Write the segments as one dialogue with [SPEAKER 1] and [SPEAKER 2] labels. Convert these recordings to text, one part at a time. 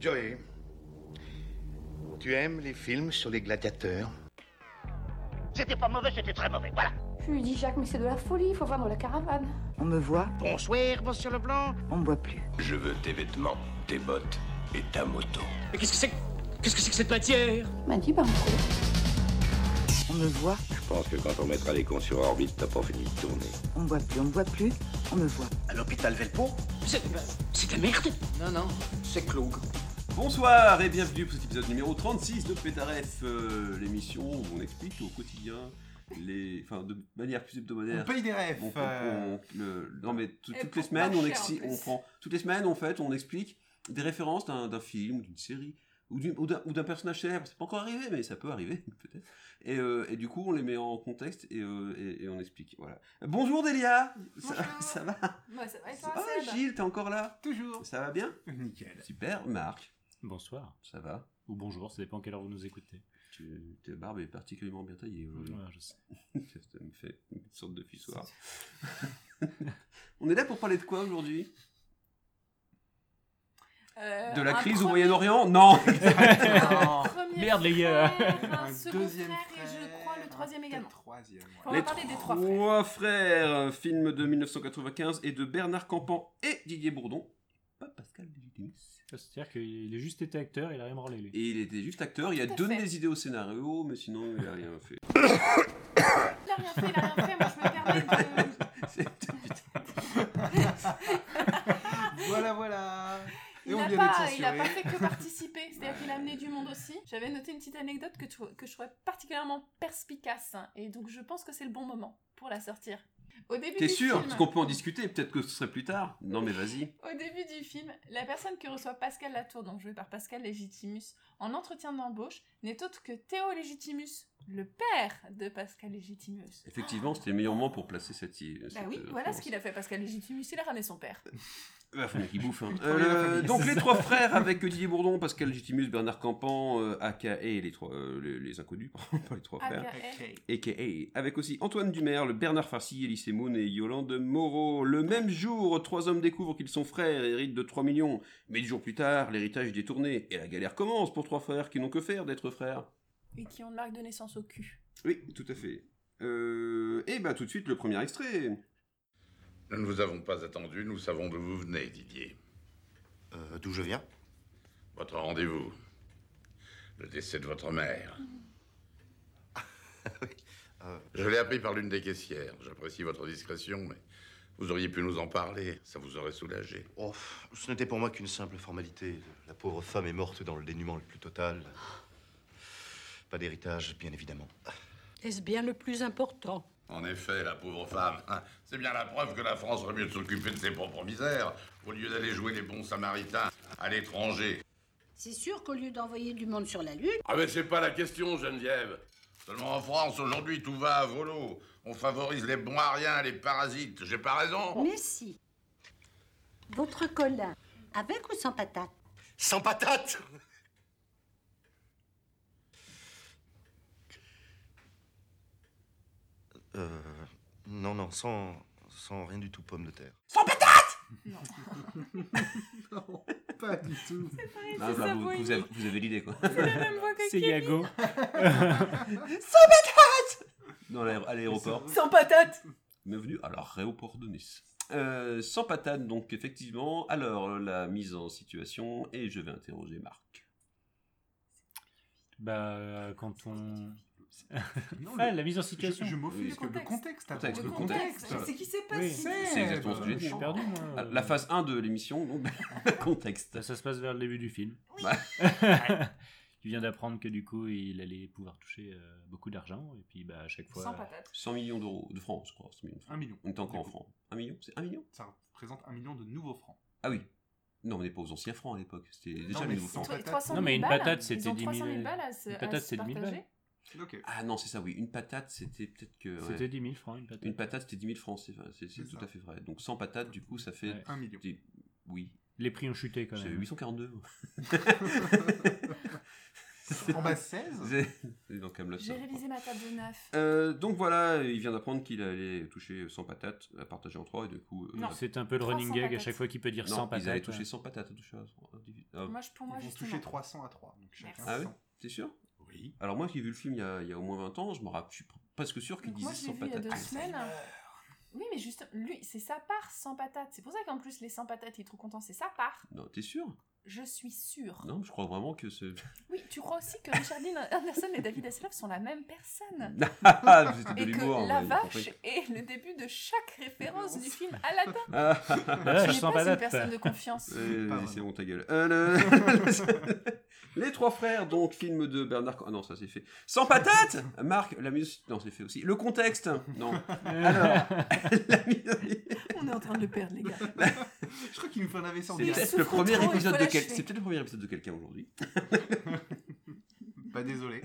[SPEAKER 1] Joey, tu aimes les films sur les gladiateurs
[SPEAKER 2] C'était pas mauvais, c'était très mauvais, voilà.
[SPEAKER 3] Je lui dis, Jacques, mais c'est de la folie, il faut vendre la caravane.
[SPEAKER 4] On me voit,
[SPEAKER 2] Bonsoir, monsieur Leblanc.
[SPEAKER 4] on me voit plus.
[SPEAKER 5] Je veux tes vêtements, tes bottes et ta moto.
[SPEAKER 6] Mais qu'est-ce que c'est que- Qu'est-ce que c'est que cette matière
[SPEAKER 3] Il m'a dit, ben,
[SPEAKER 4] On me voit,
[SPEAKER 5] Je pense que quand on mettra les cons sur orbite, t'as pas fini de tourner.
[SPEAKER 4] on me voit plus, on me voit plus, on me voit.
[SPEAKER 2] À l'hôpital Velpo
[SPEAKER 6] C'est c'est de la merde
[SPEAKER 7] Non, non, c'est Cloug.
[SPEAKER 8] Bonsoir et bienvenue pour cet épisode numéro 36 de Pétaref, euh, l'émission où on explique au quotidien, les, enfin de manière plus hebdomadaire.
[SPEAKER 9] On paye des refs.
[SPEAKER 8] on- on-
[SPEAKER 9] euh,
[SPEAKER 8] on- le- non mais tout-
[SPEAKER 10] Et
[SPEAKER 8] toutes
[SPEAKER 10] pour
[SPEAKER 8] les semaines
[SPEAKER 10] pas
[SPEAKER 8] on,
[SPEAKER 10] cher,
[SPEAKER 8] exi-
[SPEAKER 10] en plus.
[SPEAKER 8] on prend toutes les semaines en fait on explique des références d'un d'un film, d'une série ou d'une- ou d'un ou d'un personnage célèbre. C'est pas encore arrivé mais ça peut arriver peut-être. Et, euh, et du coup on les met en contexte et, euh, et- et on explique. Voilà. Bonjour Delia, ça,
[SPEAKER 10] Bonjour.
[SPEAKER 8] ça va
[SPEAKER 10] Moi, ça va et toi,
[SPEAKER 8] Ah
[SPEAKER 10] Seb
[SPEAKER 8] Gilles t'es encore là
[SPEAKER 9] Toujours.
[SPEAKER 8] Ça va bien
[SPEAKER 9] Nickel.
[SPEAKER 8] Super Marc,
[SPEAKER 11] Bonsoir,
[SPEAKER 8] ça va
[SPEAKER 11] ou bonjour, ça dépend quelle heure vous nous écoutez.
[SPEAKER 8] Tu, ta barbe est particulièrement bien taillée aujourd'hui.
[SPEAKER 11] Ouais, je sais.
[SPEAKER 8] Ça me fait une sorte de fissoir. On est là pour parler de quoi aujourd'hui
[SPEAKER 10] Euh,
[SPEAKER 8] De la
[SPEAKER 10] un
[SPEAKER 8] crise au
[SPEAKER 10] premier-
[SPEAKER 8] Moyen-Orient Non
[SPEAKER 9] Non.
[SPEAKER 10] premier
[SPEAKER 11] Merde, les gars.
[SPEAKER 10] frère,
[SPEAKER 9] Un
[SPEAKER 10] Un second
[SPEAKER 9] deuxième
[SPEAKER 10] frère, et
[SPEAKER 9] frère,
[SPEAKER 10] je crois le troisième
[SPEAKER 9] un
[SPEAKER 10] également.
[SPEAKER 9] troisième, ouais.
[SPEAKER 10] On va parler des trois frères.
[SPEAKER 8] Trois frères, un film de 1995 et de Bernard Campan et Didier Bourdon. Pas Pascal Légitimus.
[SPEAKER 11] C'est-à-dire qu'il a juste été acteur, il a rien branlé, lui.
[SPEAKER 8] Et il était juste acteur, il a
[SPEAKER 10] Tout à
[SPEAKER 8] donné
[SPEAKER 10] fait.
[SPEAKER 8] des idées au scénario, mais sinon il a rien fait.
[SPEAKER 10] Il a rien fait, il a rien fait, moi je me permets de...
[SPEAKER 8] C'est-
[SPEAKER 9] Voilà, voilà. Et
[SPEAKER 10] Il
[SPEAKER 9] on
[SPEAKER 10] n'a
[SPEAKER 9] vient
[SPEAKER 10] pas,
[SPEAKER 9] d'être
[SPEAKER 10] il a pas
[SPEAKER 9] censuré.
[SPEAKER 10] fait que participer, c'est-à-dire qu'il a amené du monde aussi. J'avais noté une petite anecdote que, tu- que je trouvais particulièrement perspicace, hein, et donc je pense que c'est le bon moment pour la sortir. Au début
[SPEAKER 8] T'es
[SPEAKER 10] du
[SPEAKER 8] sûr
[SPEAKER 10] film-
[SPEAKER 8] Parce qu'on peut en discuter, peut-être que ce serait plus tard. Non mais vas-y.
[SPEAKER 10] Au début du film, la personne que reçoit Pascal Latour, donc joué par Pascal Légitimus, en entretien d'embauche, n'est autre que Théo Légitimus, le père de Pascal Légitimus.
[SPEAKER 8] Effectivement, c'était le meilleur moment pour placer cette. euh,
[SPEAKER 10] Bah oui, voilà ce qu'il a fait Pascal Légitimus, il a ramené son père.
[SPEAKER 8] Bah, faut bien qu'il bouffe. hein.
[SPEAKER 9] travaille dans la
[SPEAKER 8] Euh,
[SPEAKER 9] famille,
[SPEAKER 8] donc
[SPEAKER 9] c'est
[SPEAKER 8] les
[SPEAKER 9] ça.
[SPEAKER 8] trois frères avec Didier Bourdon, Pascal Gitimus, Bernard Campan, euh, aka et les trois, euh, les, les inconnus, pardon, pas les trois frères.
[SPEAKER 10] AKA.
[SPEAKER 9] Ok.
[SPEAKER 8] AKA, avec aussi Antoine Dumerle, Bernard Farcy, Elise Moon et Yolande Moreau. Le même jour, trois hommes découvrent qu'ils sont frères et héritent de 3 millions. Mais dix jours plus tard, l'héritage est détourné et la galère commence pour trois frères qui n'ont que faire d'être frères.
[SPEAKER 10] Et qui ont une marque de naissance au cul.
[SPEAKER 8] Oui, tout à fait. Euh, et bah tout de suite, le premier extrait.
[SPEAKER 5] Nous ne vous avons pas attendu, nous savons d'où vous venez, Didier.
[SPEAKER 1] Euh, D'où je viens
[SPEAKER 5] Votre rendez-vous. Le décès de votre mère.
[SPEAKER 1] Ah, Euh,
[SPEAKER 5] Je l'ai appris par l'une des caissières. J'apprécie votre discrétion, mais vous auriez pu nous en parler. Ça vous aurait soulagé.
[SPEAKER 1] oh, pff, Ce n'était pour moi qu'une simple formalité. La pauvre femme est morte dans le dénuement le plus total. Pas d'héritage, bien évidemment.
[SPEAKER 6] Est-ce bien le plus important
[SPEAKER 5] En effet, la pauvre femme. hein, C'est bien la preuve que la France aurait mieux de s'occuper de ses propres misères, au lieu d'aller jouer les bons samaritains à l'étranger.
[SPEAKER 6] C'est sûr qu'au lieu d'envoyer du monde sur la Lune,
[SPEAKER 5] Ah mais c'est pas la question, Geneviève. Seulement en France, aujourd'hui, tout va à volo. On favorise les bons à rien, les parasites. J'ai pas raison
[SPEAKER 6] mais si. Votre colin, avec ou sans patate
[SPEAKER 1] Sans patate Euh. Non, non, sans. sans rien du tout, pomme de terre.
[SPEAKER 9] Non, pas du tout.
[SPEAKER 8] Ah, bah, vous, vous avez, vous avez l'idée quoi.
[SPEAKER 10] C'est la même voix que
[SPEAKER 11] C'est Yago.
[SPEAKER 8] Dans l'aé- à l'aéroport.
[SPEAKER 10] Sans patate
[SPEAKER 8] Bienvenue à l'aéroport de Nice. Euh, sans patate, donc effectivement. Alors, euh, la mise en situation, et je vais interroger Marc.
[SPEAKER 11] Bah, euh, quand on.
[SPEAKER 9] Non,
[SPEAKER 11] Ah,
[SPEAKER 9] le-
[SPEAKER 11] la mise en
[SPEAKER 9] je
[SPEAKER 11] situation.
[SPEAKER 9] je m'offusque.
[SPEAKER 10] Oui.
[SPEAKER 9] Le contexte. avant.
[SPEAKER 8] Contexte,
[SPEAKER 10] Le
[SPEAKER 8] Bah, Le contexte.
[SPEAKER 10] contexte, c'est qui s'est
[SPEAKER 11] Oui. Bah,
[SPEAKER 10] passé
[SPEAKER 8] C'est exactement ce que j'ai
[SPEAKER 11] Je
[SPEAKER 8] dit.
[SPEAKER 11] suis perdu, moi.
[SPEAKER 8] Ah,
[SPEAKER 9] Euh.
[SPEAKER 8] La phase 1 de l'émission, donc contexte.
[SPEAKER 11] Ça, ça se passe vers le début du film.
[SPEAKER 8] Bah,
[SPEAKER 11] tu viens d'apprendre que du coup, il allait pouvoir toucher euh, beaucoup d'argent, et puis bah, à chaque fois.
[SPEAKER 10] Sans patate.
[SPEAKER 8] 100 millions d'euros de francs, je crois. 100 millions de francs.
[SPEAKER 9] Un million.
[SPEAKER 8] On est encore en francs. 1 million C'est 1 million
[SPEAKER 9] Ça représente un million de nouveaux francs.
[SPEAKER 8] Ah oui. Non, on n'est pas aux anciens francs à l'époque. C'était déjà les
[SPEAKER 9] mais
[SPEAKER 8] nouveaux
[SPEAKER 9] c'est
[SPEAKER 8] francs.
[SPEAKER 9] toi-
[SPEAKER 10] Tro- 300
[SPEAKER 11] Non, mais
[SPEAKER 10] 000
[SPEAKER 11] une
[SPEAKER 10] balles.
[SPEAKER 11] patate,
[SPEAKER 10] Ils
[SPEAKER 11] c'était
[SPEAKER 10] ont
[SPEAKER 11] 10 000.
[SPEAKER 10] 300 000 balles à se,
[SPEAKER 11] Une
[SPEAKER 10] à
[SPEAKER 11] patate,
[SPEAKER 10] se
[SPEAKER 11] c'est 10 000
[SPEAKER 10] partager.
[SPEAKER 11] balles.
[SPEAKER 9] Ok.
[SPEAKER 8] Ah non, c'est ça, oui. Une patate, c'était peut-être que. ouais.
[SPEAKER 11] C'était 10 000 francs, une patate.
[SPEAKER 8] Une patate, c'était 10 000 francs, c'est vrai, c'est- c'est
[SPEAKER 9] C'est
[SPEAKER 8] tout
[SPEAKER 9] ça.
[SPEAKER 8] à fait vrai. Donc sans patate, du coup, ça fait.
[SPEAKER 11] Ouais.
[SPEAKER 9] Un million.
[SPEAKER 8] des- Oui,
[SPEAKER 11] Les prix ont chuté quand
[SPEAKER 8] c'est
[SPEAKER 11] même.
[SPEAKER 8] 842.
[SPEAKER 9] En bas 16
[SPEAKER 8] C'est dans Kaamelott,
[SPEAKER 10] J'ai
[SPEAKER 8] ça.
[SPEAKER 10] révisé ma table de neuf.
[SPEAKER 8] Euh, donc voilà, il vient d'apprendre qu'il allait toucher 100 patates, à partager en 3, et du coup... euh,
[SPEAKER 10] Non.
[SPEAKER 11] C'est un peu le
[SPEAKER 10] 300
[SPEAKER 11] running gag à
[SPEAKER 10] patates.
[SPEAKER 11] chaque fois qu'il peut dire
[SPEAKER 8] non,
[SPEAKER 11] 100 patates.
[SPEAKER 8] ils allaient toucher 100 patates, toucher à 3, euh, divi- ah,
[SPEAKER 10] Moi, je, pour moi,
[SPEAKER 9] Ils vont
[SPEAKER 10] justement.
[SPEAKER 9] toucher 300 à 3. Donc chacun
[SPEAKER 10] Merci.
[SPEAKER 8] Ah oui
[SPEAKER 9] 100.
[SPEAKER 8] C'est sûr
[SPEAKER 9] Oui.
[SPEAKER 8] Alors moi qui ai vu le film il y a, il y a au moins 20 ans, je me rappelle, je suis pr- presque sûr qu'il
[SPEAKER 10] Donc moi,
[SPEAKER 8] disait
[SPEAKER 10] je l'ai
[SPEAKER 8] 100
[SPEAKER 10] vu il y a
[SPEAKER 8] patates.
[SPEAKER 10] deux semaines. Oui, mais juste, lui, c'est sa part sans patate. C'est pour ça qu'en plus, les sans patates, il est trop content. C'est sa part.
[SPEAKER 8] Non, t'es sûr
[SPEAKER 10] Je suis sûre.
[SPEAKER 8] Non, je crois vraiment que c'est...
[SPEAKER 10] Oui, tu crois aussi que Richard Dean Anderson et David Hasselhoff sont la même personne
[SPEAKER 8] Ah, c'était de
[SPEAKER 10] et que
[SPEAKER 8] l'humour.
[SPEAKER 10] la
[SPEAKER 8] mais j'ai
[SPEAKER 10] vache
[SPEAKER 8] compris.
[SPEAKER 10] est le début de chaque référence du film Aladdin.
[SPEAKER 8] Ah,
[SPEAKER 11] Ah,
[SPEAKER 10] tu
[SPEAKER 11] je
[SPEAKER 10] n'es
[SPEAKER 11] sens
[SPEAKER 10] pas une
[SPEAKER 11] patate.
[SPEAKER 10] personne de confiance.
[SPEAKER 8] Euh, vas-y,
[SPEAKER 9] Pas vraiment.
[SPEAKER 8] c'est bon, ta gueule. Euh, le- Les trois frères, donc, film de Bernard... Co- Ah non, ça c'est fait. Sans patate Marc, la musique... Non, c'est fait aussi. Le contexte Non. Alors, la musique...
[SPEAKER 10] On est en train de le perdre, les gars.
[SPEAKER 9] Je crois qu'il nous fait un AVC en
[SPEAKER 8] C'est
[SPEAKER 10] Il
[SPEAKER 9] direct.
[SPEAKER 8] peut-être le,
[SPEAKER 10] souffre
[SPEAKER 8] premier
[SPEAKER 10] trop, il
[SPEAKER 8] épisode
[SPEAKER 10] faut
[SPEAKER 8] de quel...
[SPEAKER 10] l'achever.
[SPEAKER 8] c'est peut-être le premier épisode de quelqu'un aujourd'hui.
[SPEAKER 9] Bah désolé.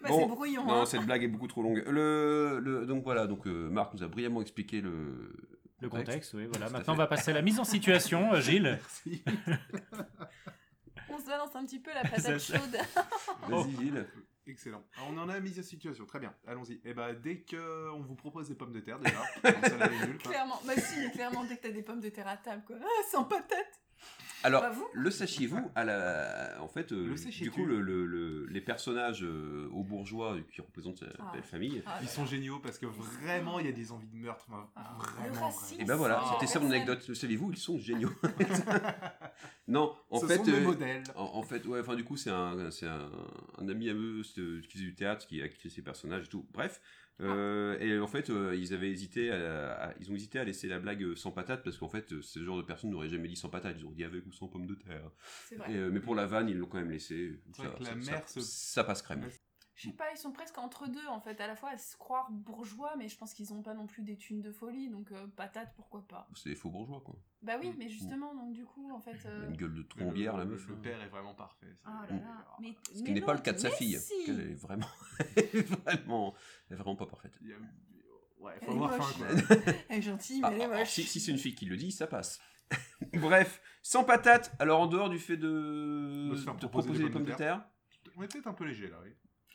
[SPEAKER 10] Bah,
[SPEAKER 8] Bon,
[SPEAKER 10] c'est brouillon.
[SPEAKER 8] Non,
[SPEAKER 10] hein.
[SPEAKER 8] cette blague est beaucoup trop longue. Le, le- donc voilà, donc euh, Marc nous a brillamment expliqué le,
[SPEAKER 11] Le contexte, oui, voilà.
[SPEAKER 8] Tout à
[SPEAKER 11] Maintenant, on
[SPEAKER 8] fait.
[SPEAKER 11] va passer à la mise en situation, euh, Gilles.
[SPEAKER 9] Merci.
[SPEAKER 10] On se balance un petit peu la
[SPEAKER 11] Ça,
[SPEAKER 10] patate
[SPEAKER 11] ça-
[SPEAKER 10] chaude.
[SPEAKER 8] Oh. Vas-y, Gilles.
[SPEAKER 9] Excellent. Alors, on en a mis à situation. Très bien. Allons-y. Et bah dès que on vous propose des pommes de terre déjà, ça la hein, nul, quoi.
[SPEAKER 10] Clairement, bah si, mais clairement, dès que t'as des pommes de terre à table, quoi. Ah, sans patate
[SPEAKER 8] Alors,
[SPEAKER 10] Pas vous
[SPEAKER 8] le sachiez-vous, à la... en fait, euh,
[SPEAKER 9] Le
[SPEAKER 8] du
[SPEAKER 9] sachiez-tu
[SPEAKER 8] coup, le- le- le- les personnages euh, aux bourgeois qui représentent la
[SPEAKER 10] Ah.
[SPEAKER 8] belle famille,
[SPEAKER 10] Ah,
[SPEAKER 9] Ils
[SPEAKER 10] là,
[SPEAKER 9] sont
[SPEAKER 10] là.
[SPEAKER 9] géniaux parce que vraiment il y a des envies de meurtre. enfin,
[SPEAKER 10] Ah,
[SPEAKER 9] vraiment.
[SPEAKER 10] le
[SPEAKER 9] vraiment.
[SPEAKER 10] racisme.
[SPEAKER 8] et ben voilà,
[SPEAKER 10] Oh.
[SPEAKER 8] c'était ça mon
[SPEAKER 10] Personne.
[SPEAKER 8] anecdote. Le saviez-vous, ils sont géniaux. non, en
[SPEAKER 9] Ce
[SPEAKER 8] fait.
[SPEAKER 9] sont des
[SPEAKER 8] euh,
[SPEAKER 9] modèles.
[SPEAKER 8] En, en fait, ouais, enfin, du coup, c'est un, c'est un, un ami à eux c'est, euh, qui faisait du théâtre, qui a créé ses personnages et tout. Bref. Euh, Et en fait, euh, ils avaient hésité à, à- ils ont hésité à laisser la blague euh, sans patate parce qu'en fait, euh, ce genre de personnes n'auraient jamais dit sans patate. Ils ont dit avec ou sans pomme de terre.
[SPEAKER 10] C'est vrai.
[SPEAKER 8] Et, euh, mais pour la vanne, ils l'ont quand même laissé.
[SPEAKER 9] C'est vrai que la mère se-
[SPEAKER 8] ça passe crème.
[SPEAKER 10] Je sais pas, ils sont presque entre deux en fait, à la fois à se croire bourgeois, mais je pense qu'ils ont pas non plus des thunes de folie, donc euh, patate, pourquoi pas.
[SPEAKER 8] C'est des faux bourgeois, quoi.
[SPEAKER 10] Bah
[SPEAKER 8] Mm.
[SPEAKER 10] oui, mais justement, donc du coup, en fait.
[SPEAKER 8] Elle a
[SPEAKER 10] euh,
[SPEAKER 8] Une gueule de
[SPEAKER 9] Mais le-
[SPEAKER 8] trombière, la
[SPEAKER 9] le-
[SPEAKER 8] meuf. hein.
[SPEAKER 9] Le
[SPEAKER 8] là.
[SPEAKER 9] père est vraiment parfait. c'est-
[SPEAKER 10] Ah là là. Mais,
[SPEAKER 8] Mm. Ce qui n'est pas le cas de sa fille. Elle est vraiment, elle est vraiment, elle est vraiment pas parfaite.
[SPEAKER 9] Il y a- Ouais,
[SPEAKER 10] Elle est
[SPEAKER 9] faut avoir
[SPEAKER 10] moche.
[SPEAKER 9] faim quoi.
[SPEAKER 10] Elle est gentille,
[SPEAKER 8] Ah,
[SPEAKER 10] mais elle est
[SPEAKER 8] ah,
[SPEAKER 10] moche.
[SPEAKER 8] si si c'est une fille qui le dit, ça passe. Bref, sans patate. Alors en dehors du fait de,
[SPEAKER 9] De se faire
[SPEAKER 8] de
[SPEAKER 9] proposer
[SPEAKER 8] proposer
[SPEAKER 9] des
[SPEAKER 8] des pommes de terre,
[SPEAKER 9] On est peut-être un peu léger là, oui.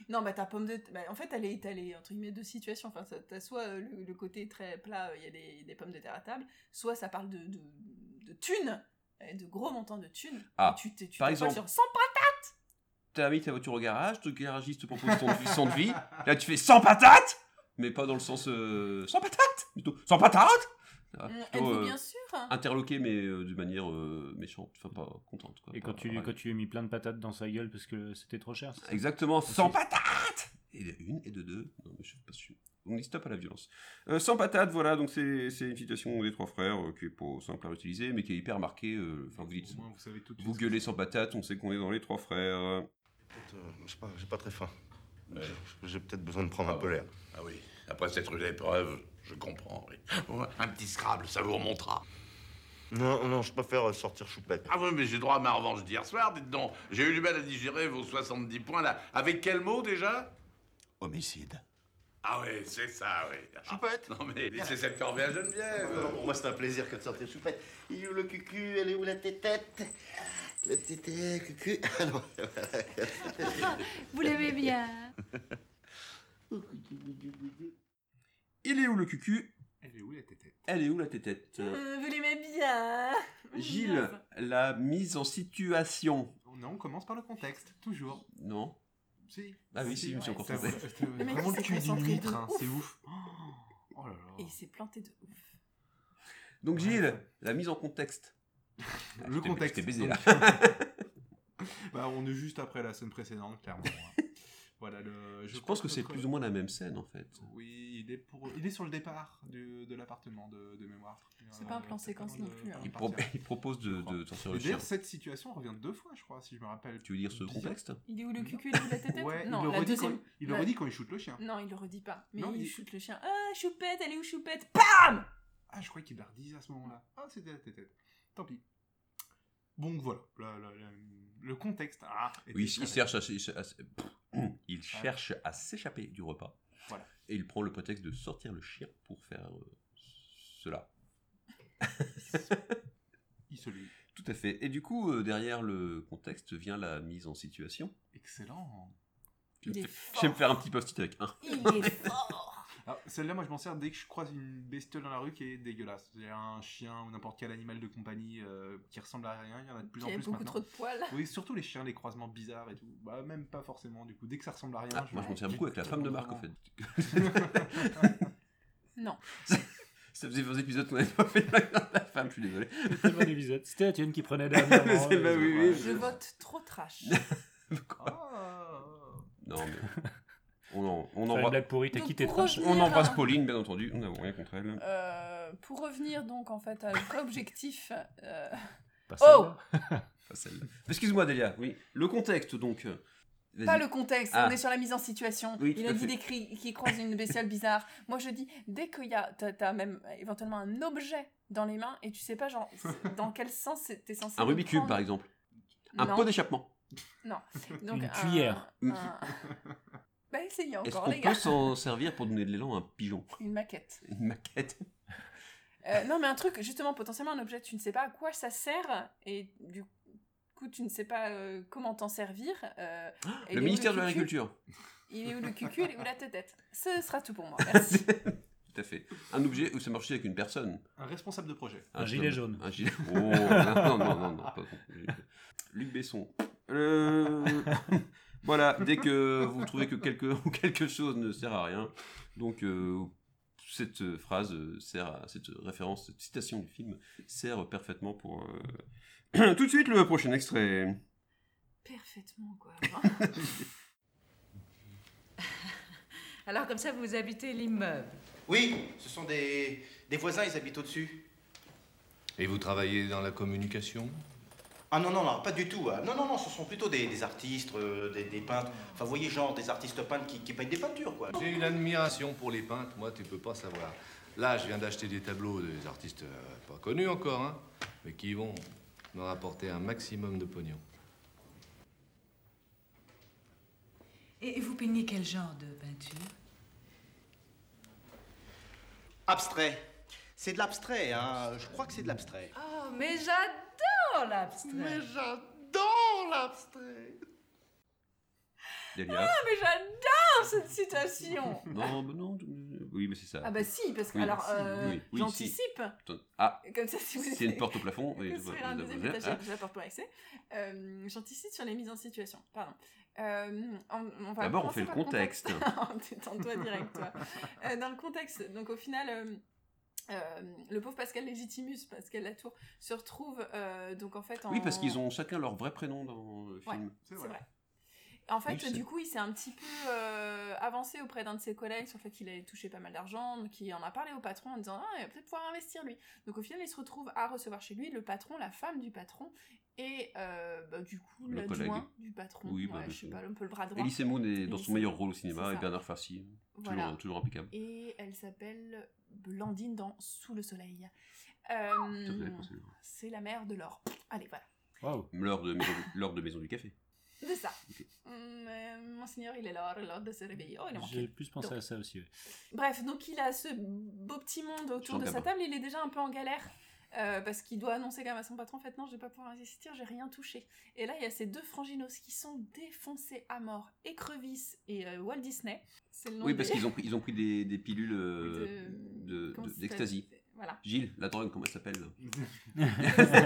[SPEAKER 10] Non, bah ta pomme de. bah, en fait, elle est étalée entre guillemets deux situations. Enfin, ça- t'as soit euh, le, le côté très plat, euh, il y a des, des pommes de terre à table, soit ça parle de, de, de thunes, euh, de gros montants de thunes.
[SPEAKER 8] Ah,
[SPEAKER 10] Et tu t'es tu
[SPEAKER 8] par
[SPEAKER 10] t'es pas
[SPEAKER 8] exemple.
[SPEAKER 10] sur 100 pattes
[SPEAKER 8] t'as mis ta voiture au garage, ton garagiste te propose ton son de vie. Là, tu fais sans patate, mais pas dans le sens euh, sans patate, plutôt sans patate. Ah,
[SPEAKER 10] Mm, Elle
[SPEAKER 8] plutôt,
[SPEAKER 10] dit
[SPEAKER 8] euh,
[SPEAKER 10] bien sûr
[SPEAKER 8] interloqué mais euh, de manière euh, méchante, enfin pas contente. Quoi,
[SPEAKER 11] Et
[SPEAKER 8] Pas-
[SPEAKER 11] quand tu,
[SPEAKER 8] ouais.
[SPEAKER 11] quand tu lui as mis plein de patates dans sa gueule parce que c'était trop cher, c'est ça
[SPEAKER 8] Exactement, sans
[SPEAKER 11] Ok.
[SPEAKER 8] patate Et de une, et de deux. Non, mais je sais pas si- On dit stop à la violence. Euh, sans patate, voilà, donc c'est c'est une citation des trois frères euh, qui est pas simple à utiliser, mais qui est hyper marquée. euh, Enfin, vous dites,
[SPEAKER 9] Au moins, vous savez tout de
[SPEAKER 8] vous
[SPEAKER 9] suite.
[SPEAKER 8] gueulez sans patate, on sait qu'on est dans les trois frères.
[SPEAKER 1] Peut-être, euh, je sais pas, j'ai pas très faim.
[SPEAKER 5] Ouais.
[SPEAKER 1] J'ai peut-être besoin de prendre un peu l'air.
[SPEAKER 5] Ah oui, après cette rude épreuve, je comprends, oui. Ouais, Un petit Scrabble, ça vous remontera.
[SPEAKER 1] Non, non, je préfère euh, sortir choupette.
[SPEAKER 5] Ah oui, mais j'ai droit à ma revanche d'hier soir, dites donc. J'ai eu du mal à digérer vos 70 points, là. Avec quel mot, déjà
[SPEAKER 2] Homicide.
[SPEAKER 5] Ah oui, c'est ça, oui. Choupette Non mais laissez cette corvée à Geneviève
[SPEAKER 1] Euh, Pour moi, c'est un plaisir que de sortir choupette. Il est où le cucu Elle est où la tétette La tétette, cucu. Ah Alors,
[SPEAKER 6] Vous l'aimez bien.
[SPEAKER 8] Il est où le cucu
[SPEAKER 9] Elle est où la tétée
[SPEAKER 8] Elle est où la tétette
[SPEAKER 10] Euh, Vous l'aimez bien
[SPEAKER 8] Gilles, la mise en situation.
[SPEAKER 9] Non, on commence par le contexte, toujours.
[SPEAKER 8] Non
[SPEAKER 9] Si.
[SPEAKER 8] Ah oui, si, je me suis encore
[SPEAKER 9] Ça,
[SPEAKER 8] trompé.
[SPEAKER 9] ça, ça,
[SPEAKER 10] Le mec,
[SPEAKER 9] Vraiment
[SPEAKER 10] il
[SPEAKER 9] le
[SPEAKER 10] s'est
[SPEAKER 9] cul d'une
[SPEAKER 10] concentré de
[SPEAKER 9] huître, hein,
[SPEAKER 10] ouf.
[SPEAKER 9] c'est ouf. Oh là là.
[SPEAKER 10] Et il s'est planté de ouf.
[SPEAKER 8] Donc
[SPEAKER 9] Ouais.
[SPEAKER 8] Gilles, la mise en contexte. Ah, je
[SPEAKER 9] Le
[SPEAKER 8] t'ai-
[SPEAKER 9] contexte.
[SPEAKER 8] Je t'ai baisé là. euh,
[SPEAKER 9] Donc, bah, on est juste après la scène précédente, clairement. hein. voilà le.
[SPEAKER 8] Je pense que c'est
[SPEAKER 9] notre-
[SPEAKER 8] plus ou moins la même scène en fait.
[SPEAKER 9] Oui, il est, pour... il est sur le départ du- de l'appartement de, de mémoire.
[SPEAKER 10] C'est pas un plan séquence non plus, hein.
[SPEAKER 8] Il, pro- il propose de, de t'en
[SPEAKER 9] Et
[SPEAKER 8] sortir le chien.
[SPEAKER 9] D'ailleurs, cette situation revient deux fois, je crois, si je me rappelle.
[SPEAKER 8] Tu veux dire ce
[SPEAKER 9] Bizarre.
[SPEAKER 8] contexte
[SPEAKER 10] Il est où le cucu, il est où la tétette
[SPEAKER 9] Ouais,
[SPEAKER 10] Non,
[SPEAKER 9] il, le
[SPEAKER 10] la
[SPEAKER 9] redit
[SPEAKER 10] deuxième.
[SPEAKER 9] quand... il le
[SPEAKER 10] la-
[SPEAKER 9] redit quand il shoot le chien.
[SPEAKER 10] Non, il le redit pas. Mais
[SPEAKER 9] Non,
[SPEAKER 10] il,
[SPEAKER 9] il-
[SPEAKER 10] shoot le chien. Ah, choupette, elle est où choupette PAM
[SPEAKER 9] Ah, je croyais qu'il la redisait à ce moment-là. Ah, c'était la tête. Tant pis. Bon, voilà. La- la- la- le contexte. Ah, était
[SPEAKER 8] Oui, il
[SPEAKER 9] très-
[SPEAKER 8] cherche à, s- à s- pff, il cherche à s'échapper du repas.
[SPEAKER 9] Voilà.
[SPEAKER 8] Et il prend le prétexte de sortir le chien pour faire euh, cela.
[SPEAKER 9] Il se lui.
[SPEAKER 8] Tout à fait. Et du coup, euh, derrière le contexte vient la mise en situation.
[SPEAKER 9] Excellent.
[SPEAKER 8] Je
[SPEAKER 10] Il est
[SPEAKER 8] vais me
[SPEAKER 10] fort.
[SPEAKER 8] faire un petit post-it avec hein. un.
[SPEAKER 10] Il est fort
[SPEAKER 9] Ah, Celle-là, moi, je m'en sers dès que je croise une bestiole dans la rue qui est dégueulasse. C'est un chien ou n'importe quel animal de compagnie euh, qui ressemble à rien. Il y en a de plus
[SPEAKER 10] Il
[SPEAKER 9] en
[SPEAKER 10] y a
[SPEAKER 9] plus
[SPEAKER 10] beaucoup
[SPEAKER 9] maintenant.
[SPEAKER 10] trop de poils.
[SPEAKER 9] Oui, surtout les chiens, les croisements bizarres et tout. Bah, même pas forcément, du coup. Dès que ça ressemble à rien.
[SPEAKER 8] Ah, moi, je m'en tiens beaucoup avec la femme de Marc, en fait.
[SPEAKER 10] Non.
[SPEAKER 8] Ça faisait 20 épisodes qu'on n'avait pas fait la la femme, je suis désolé.
[SPEAKER 11] C'était bon épisode. C'était la thune qui prenait dernièrement.
[SPEAKER 8] C'est pas- oui, oui,
[SPEAKER 10] Je vote trop trash.
[SPEAKER 8] Quoi
[SPEAKER 9] Ah.
[SPEAKER 8] Non, mais. On, en- on,
[SPEAKER 11] Faire une
[SPEAKER 8] embrasse,
[SPEAKER 11] blague pourrie, t'as
[SPEAKER 10] Donc,
[SPEAKER 11] quitté
[SPEAKER 10] pour
[SPEAKER 11] Trash.
[SPEAKER 10] revenir
[SPEAKER 8] on embrasse
[SPEAKER 10] à-
[SPEAKER 8] Pauline, bien entendu. Nous n'avons rien contre elle.
[SPEAKER 10] Euh, pour revenir donc en fait à vrai objectif, euh,
[SPEAKER 11] Pas
[SPEAKER 10] Oh
[SPEAKER 11] celle-là.
[SPEAKER 8] Pas celle-là. Excuse-moi, Delia. Oui. Le contexte, donc. euh, vas-y.
[SPEAKER 10] pas le contexte,
[SPEAKER 8] Ah.
[SPEAKER 10] on est sur la mise en situation.
[SPEAKER 8] Oui,
[SPEAKER 10] il
[SPEAKER 8] tout
[SPEAKER 10] a
[SPEAKER 8] à
[SPEAKER 10] dit
[SPEAKER 8] fait.
[SPEAKER 10] des cris qui croisent une bestiole bizarre. Moi je dis, dès qu'il y a, t'as as même euh, éventuellement un objet dans les mains et tu sais pas genre c'est- dans quel sens c'est- t'es censé.
[SPEAKER 8] Un
[SPEAKER 10] le
[SPEAKER 8] Rubik's Cube,
[SPEAKER 10] prendre.
[SPEAKER 8] par exemple. Un
[SPEAKER 10] Non,
[SPEAKER 8] pot d'échappement.
[SPEAKER 10] donc
[SPEAKER 11] Une
[SPEAKER 10] un-
[SPEAKER 11] cuillère.
[SPEAKER 10] un- Bah essayez
[SPEAKER 8] Est-ce
[SPEAKER 10] encore
[SPEAKER 8] qu'on
[SPEAKER 10] les gars.
[SPEAKER 8] peut s'en servir pour donner de l'élan à un pigeon
[SPEAKER 10] Une maquette.
[SPEAKER 8] Une maquette
[SPEAKER 10] Euh, non, mais un truc, justement, potentiellement un objet, tu ne sais pas à quoi ça sert, et du coup, tu ne sais pas euh, comment t'en servir. euh, et il est où
[SPEAKER 8] Ah, Le ministère de
[SPEAKER 10] cucu
[SPEAKER 8] l'Agriculture.
[SPEAKER 10] Il est où le cucul et où la tête Ce sera tout pour moi, merci.
[SPEAKER 8] Tout à fait. Un objet où ça marchait avec une personne.
[SPEAKER 9] Un responsable de projet.
[SPEAKER 11] Un gilet jaune.
[SPEAKER 8] Un gilet. Oh, non, non, non, non, pas Luc Besson. Euh, voilà, dès que vous trouvez que quelque, ou quelque chose ne sert à rien, donc euh, cette euh, phrase euh, sert à cette référence, cette citation du film sert parfaitement pour. euh, Tout de suite, le prochain extrait.
[SPEAKER 10] Parfaitement, quoi.
[SPEAKER 6] Alors comme ça, vous habitez l'immeuble.
[SPEAKER 2] Oui, ce sont des, des voisins, ils habitent au-dessus.
[SPEAKER 5] Et vous travaillez dans la communication
[SPEAKER 2] Ah non, non, non, pas du tout. ah. Non, non, non, ce sont plutôt des, des artistes, euh, des, des peintres. Enfin, vous voyez, genre des artistes peintres qui, qui peignent des peintures, quoi.
[SPEAKER 5] J'ai une admiration pour les peintres, moi, tu peux pas savoir. Là, je viens d'acheter des tableaux des artistes euh, pas connus encore, hein, mais qui vont me rapporter un maximum de pognon.
[SPEAKER 6] Et vous peignez quel genre de peinture
[SPEAKER 2] Abstrait. C'est de l'abstrait, hein. Je crois que c'est de l'abstrait.
[SPEAKER 6] Oh, mais j'adore l'abstrait.
[SPEAKER 2] j'adore l'abstrait.
[SPEAKER 8] Delia.
[SPEAKER 10] mais j'adore cette citation
[SPEAKER 8] Non, mais non. euh, Oui, mais c'est ça.
[SPEAKER 10] Ah bah si, parce que,
[SPEAKER 8] Oui,
[SPEAKER 10] alors,
[SPEAKER 8] si,
[SPEAKER 10] euh,
[SPEAKER 8] oui, oui,
[SPEAKER 10] j'anticipe.
[SPEAKER 8] Attends. Ah,
[SPEAKER 10] Comme ça, si vous
[SPEAKER 8] c'est une porte au plafond.
[SPEAKER 10] Que
[SPEAKER 8] Oui,
[SPEAKER 10] serait
[SPEAKER 8] voilà,
[SPEAKER 10] un
[SPEAKER 8] nous
[SPEAKER 10] deuxième
[SPEAKER 8] avons-
[SPEAKER 10] étage, je vous apporte mon accès. Euh, J'anticipe sur les mises en situation. Pardon. Euh, on- on va
[SPEAKER 8] D'abord, on
[SPEAKER 10] commencer
[SPEAKER 8] fait le
[SPEAKER 10] par contexte. Détends-toi direct, toi. Euh, dans le contexte, donc au final. euh, euh, le pauvre Pascal Légitimus, Pascal Latour, se retrouve euh, donc en fait
[SPEAKER 8] Ah.
[SPEAKER 10] en...
[SPEAKER 8] Oui, parce qu'ils ont chacun leur vrai prénom dans le
[SPEAKER 10] Ouais.
[SPEAKER 8] film.
[SPEAKER 9] C'est
[SPEAKER 10] C'est
[SPEAKER 9] vrai.
[SPEAKER 10] vrai. En fait,
[SPEAKER 8] Oui, je sais.
[SPEAKER 10] du coup, il s'est un petit peu euh, avancé auprès d'un de ses collègues sur le fait qu'il allait toucher pas mal d'argent, donc il en a parlé au patron en disant Ah, il va peut-être pouvoir investir lui. Donc au final, il se retrouve à recevoir chez lui le patron, la femme du patron, et euh, bah, du coup,
[SPEAKER 8] Le
[SPEAKER 10] l'adjoint
[SPEAKER 8] collègue.
[SPEAKER 10] du patron.
[SPEAKER 8] Oui, bah,
[SPEAKER 10] Ouais,
[SPEAKER 8] bien
[SPEAKER 10] je sais
[SPEAKER 8] sûr.
[SPEAKER 10] pas, un peu le bras droit.
[SPEAKER 8] Elise Moon est dans son
[SPEAKER 10] Elise
[SPEAKER 8] meilleur
[SPEAKER 10] Moon,
[SPEAKER 8] rôle au
[SPEAKER 10] c'est
[SPEAKER 8] cinéma
[SPEAKER 10] ça.
[SPEAKER 8] et Bernard Farcy, hein. toujours, euh,
[SPEAKER 10] Voilà.
[SPEAKER 8] toujours impeccable.
[SPEAKER 10] Et elle s'appelle Blandine dans Sous le soleil.
[SPEAKER 8] Tout à fait,
[SPEAKER 10] Euh,
[SPEAKER 8] pensez-le.
[SPEAKER 10] c'est la mère de l'or. Allez, voilà.
[SPEAKER 11] Waouh.
[SPEAKER 8] L'heure de, maison, l'heure de Maison du Café.
[SPEAKER 10] C'est ça. Hum, euh, Monseigneur, il est l'or, l'or de se réveiller. Oh, il est manqué.
[SPEAKER 11] J'ai plus pensé
[SPEAKER 10] Donc.
[SPEAKER 11] à ça aussi. ouais.
[SPEAKER 10] Bref, donc il a ce beau petit monde autour de sa
[SPEAKER 8] Chantable.
[SPEAKER 10] table, il est déjà un peu en galère. euh, parce qu'il doit annoncer quand même à son patron, en fait, non, je vais pas pouvoir investir, j'ai rien touché. Et là, il y a ces deux franginos qui sont défoncés à mort, Écrevis et euh, Walt Disney. C'est le nom
[SPEAKER 8] oui,
[SPEAKER 10] des-
[SPEAKER 8] parce qu'ils ont pris, ils ont pris des, des pilules euh, de-
[SPEAKER 10] comment
[SPEAKER 8] de-
[SPEAKER 10] ça
[SPEAKER 8] d'ecstasy.
[SPEAKER 10] s'appelle Voilà.
[SPEAKER 8] Gilles, la drogue, comment elle s'appelle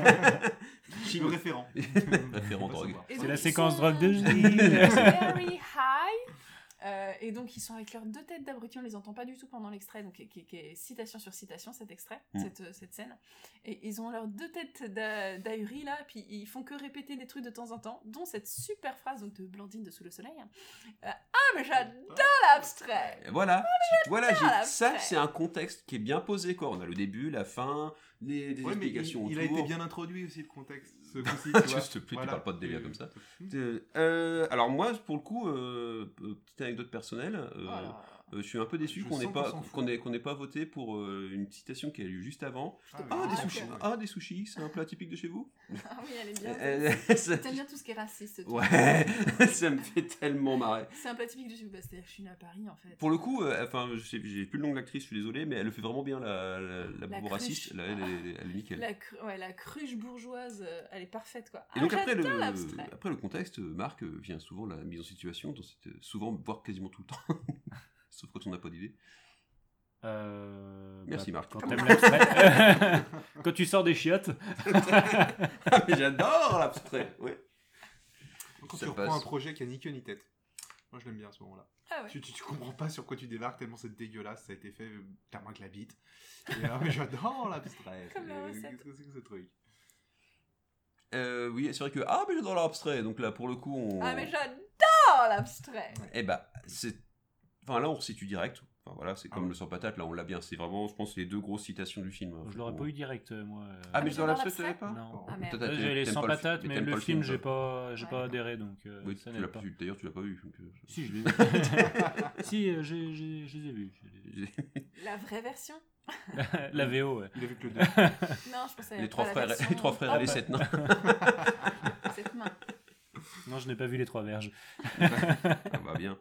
[SPEAKER 9] Le référent.
[SPEAKER 8] Référent
[SPEAKER 9] On va
[SPEAKER 8] drogue.
[SPEAKER 9] savoir.
[SPEAKER 10] Et
[SPEAKER 11] C'est
[SPEAKER 10] donc,
[SPEAKER 11] la
[SPEAKER 10] ils
[SPEAKER 11] séquence
[SPEAKER 10] sont
[SPEAKER 11] drogue de Gilles.
[SPEAKER 10] Very high. Euh, et donc ils sont avec leurs deux têtes d'abrutis, on les entend pas du tout pendant l'extrait, donc qui, qui- qui est citation sur citation cet extrait,
[SPEAKER 8] Mm.
[SPEAKER 10] cette, euh, cette scène. Et ils ont leurs deux têtes d'a- d'ahuri là, puis ils font que répéter des trucs de temps en temps, dont cette super phrase donc, de Blandine de Sous le Soleil. Euh, ah mais j'adore l'abstrait
[SPEAKER 8] Et Voilà, tu- voilà
[SPEAKER 10] Oh, la
[SPEAKER 8] Gilles. Ça,
[SPEAKER 10] fête.
[SPEAKER 8] c'est un contexte qui est bien posé. Quoi. On a le début, la fin, les, des
[SPEAKER 9] Ouais, mais il,
[SPEAKER 8] explications
[SPEAKER 9] il a
[SPEAKER 8] autour.
[SPEAKER 9] été bien introduit aussi le contexte. Ce coup-ci, tu vois.
[SPEAKER 8] S'il te plaît, tu parles pas de délire comme ça.
[SPEAKER 9] Hmm.
[SPEAKER 10] Oh
[SPEAKER 8] Euh, alors moi, pour le coup, euh, euh, petite anecdote personnelle, euh,
[SPEAKER 10] Voilà.
[SPEAKER 8] Euh, je suis un peu déçu
[SPEAKER 9] Je
[SPEAKER 8] qu'on n'ait
[SPEAKER 9] sens
[SPEAKER 8] pas,
[SPEAKER 9] qu'on s'en fout.
[SPEAKER 8] qu'on ait- qu'on ait pas voté pour euh, une citation qui a eu juste avant.
[SPEAKER 9] Ah, oui.
[SPEAKER 8] Ah, des
[SPEAKER 10] Ah,
[SPEAKER 8] sushis,
[SPEAKER 10] ok.
[SPEAKER 8] ah, des sushis, c'est un plat typique de chez vous
[SPEAKER 10] Ah oui, elle est bien.
[SPEAKER 8] Euh,
[SPEAKER 10] celle-ci.
[SPEAKER 8] ça-
[SPEAKER 10] T'aimes bien tout ce qui est raciste. toi.
[SPEAKER 8] Ouais, ça me fait tellement marrer.
[SPEAKER 10] C'est un plat typique de chez vous. Bah, C'est-à-dire que je suis née à Paris, en fait.
[SPEAKER 8] Pour le coup, euh, enfin, je sais- j'ai plus le nom de l'actrice, je suis désolé, mais elle le fait vraiment bien, la, la, la boubou
[SPEAKER 10] cruche.
[SPEAKER 8] raciste. Là, elle, est, elle est nickel.
[SPEAKER 10] La, cru- ouais, la cruche bourgeoise, euh, elle est parfaite, quoi.
[SPEAKER 8] Et donc
[SPEAKER 10] Ah,
[SPEAKER 8] après le,
[SPEAKER 10] j'adore l'abstrait.
[SPEAKER 8] après le contexte, euh, Marc euh, vient souvent la mise en situation, dans cette- euh, souvent, voire quasiment tout le temps. Sauf quand on n'a pas d'idée.
[SPEAKER 11] Euh,
[SPEAKER 8] Merci, Marc.
[SPEAKER 11] Quand, t'aimes l'abstrait- Quand tu sors des chiottes,
[SPEAKER 8] Mais J'adore l'abstrait ouais.
[SPEAKER 9] Quand
[SPEAKER 8] Ça
[SPEAKER 9] tu reprends
[SPEAKER 8] passe.
[SPEAKER 9] un projet qui a ni queue ni tête. Moi, je l'aime bien à ce moment-là.
[SPEAKER 10] Ah ouais.
[SPEAKER 9] Tu, tu, tu comprends pas sur quoi tu débarques tellement c'est dégueulasse, ça a été fait euh, clairement que la bite. Et là, mais j'adore l'abstrait.
[SPEAKER 10] Comme la
[SPEAKER 9] Euh,
[SPEAKER 10] recette.
[SPEAKER 9] Qu'est-ce que c'est que ce truc
[SPEAKER 8] Euh, oui, c'est vrai que ah mais j'adore l'abstrait, donc là pour le coup on.
[SPEAKER 10] Ah, mais j'adore l'abstrait. Ah,
[SPEAKER 8] Eh bah c'est, enfin là on situe direct. Enfin voilà, c'est
[SPEAKER 9] Ah
[SPEAKER 8] comme
[SPEAKER 9] ouais.
[SPEAKER 8] le sans patate. Là on l'a bien. C'est vraiment, je pense, les deux grosses citations du film.
[SPEAKER 11] Oh, je l'aurais pas eu direct, euh, moi. euh,
[SPEAKER 8] Ah mais
[SPEAKER 10] mais
[SPEAKER 8] j'adore
[SPEAKER 10] j'adore
[SPEAKER 8] l'abstrait, tu
[SPEAKER 10] l'abstrait.
[SPEAKER 8] l'avais pas.
[SPEAKER 11] Non.
[SPEAKER 10] Ah,
[SPEAKER 8] Bon,
[SPEAKER 10] merde.
[SPEAKER 8] toi, t'as-
[SPEAKER 11] Là,
[SPEAKER 8] t'aimes-
[SPEAKER 11] J'ai les
[SPEAKER 8] t'aimes
[SPEAKER 11] sans
[SPEAKER 8] pas le fi-
[SPEAKER 11] patates, mais
[SPEAKER 8] t'aimes
[SPEAKER 11] le
[SPEAKER 8] pas
[SPEAKER 11] film, j'ai
[SPEAKER 8] toi.
[SPEAKER 11] pas, j'ai pas
[SPEAKER 10] Ouais.
[SPEAKER 11] adhéré, donc euh,
[SPEAKER 8] Oui,
[SPEAKER 11] ça
[SPEAKER 8] tu
[SPEAKER 11] n'aide
[SPEAKER 8] l'as
[SPEAKER 11] pas.
[SPEAKER 8] plus. D'ailleurs, tu l'as pas vu. donc, euh, je-
[SPEAKER 11] Si, je l'ai vu. si, euh, j'ai- j'ai- je les ai vus. je les ai vus.
[SPEAKER 10] La vraie version
[SPEAKER 11] La VO, ouais.
[SPEAKER 9] Il a vu que le
[SPEAKER 10] Non, je pensais à
[SPEAKER 8] Les trois
[SPEAKER 10] la
[SPEAKER 8] frères,
[SPEAKER 10] version- Oh,
[SPEAKER 8] les trois frères et les
[SPEAKER 11] bah.
[SPEAKER 8] sept nains.
[SPEAKER 10] Cette main.
[SPEAKER 11] Non, je n'ai pas vu les trois verges.
[SPEAKER 8] Ah bah bien.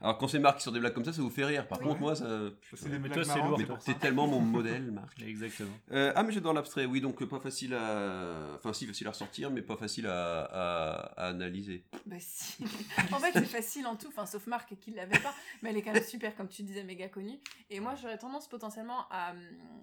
[SPEAKER 8] Alors quand c'est Marc qui sort des blagues comme ça, ça vous fait rire. Par
[SPEAKER 9] Oui.
[SPEAKER 8] contre moi, ça.
[SPEAKER 9] C'est des
[SPEAKER 11] Mais
[SPEAKER 9] blagues
[SPEAKER 11] toi, c'est
[SPEAKER 9] marrantes,
[SPEAKER 11] lourd,
[SPEAKER 8] Mais
[SPEAKER 9] c'est pour
[SPEAKER 8] t'es
[SPEAKER 9] ça.
[SPEAKER 8] tellement mon modèle, Marc.
[SPEAKER 11] Exactement.
[SPEAKER 8] Euh, ah mais j'adore l'abstrait. Oui, donc euh, pas facile à, enfin si facile à ressortir, mais pas facile à, à- à analyser.
[SPEAKER 10] Bah si. en fait, c'est facile en tout, enfin, sauf Marc qui l'avait pas, mais elle est quand même super, comme tu disais, méga connue. Et moi, j'aurais tendance potentiellement à hum,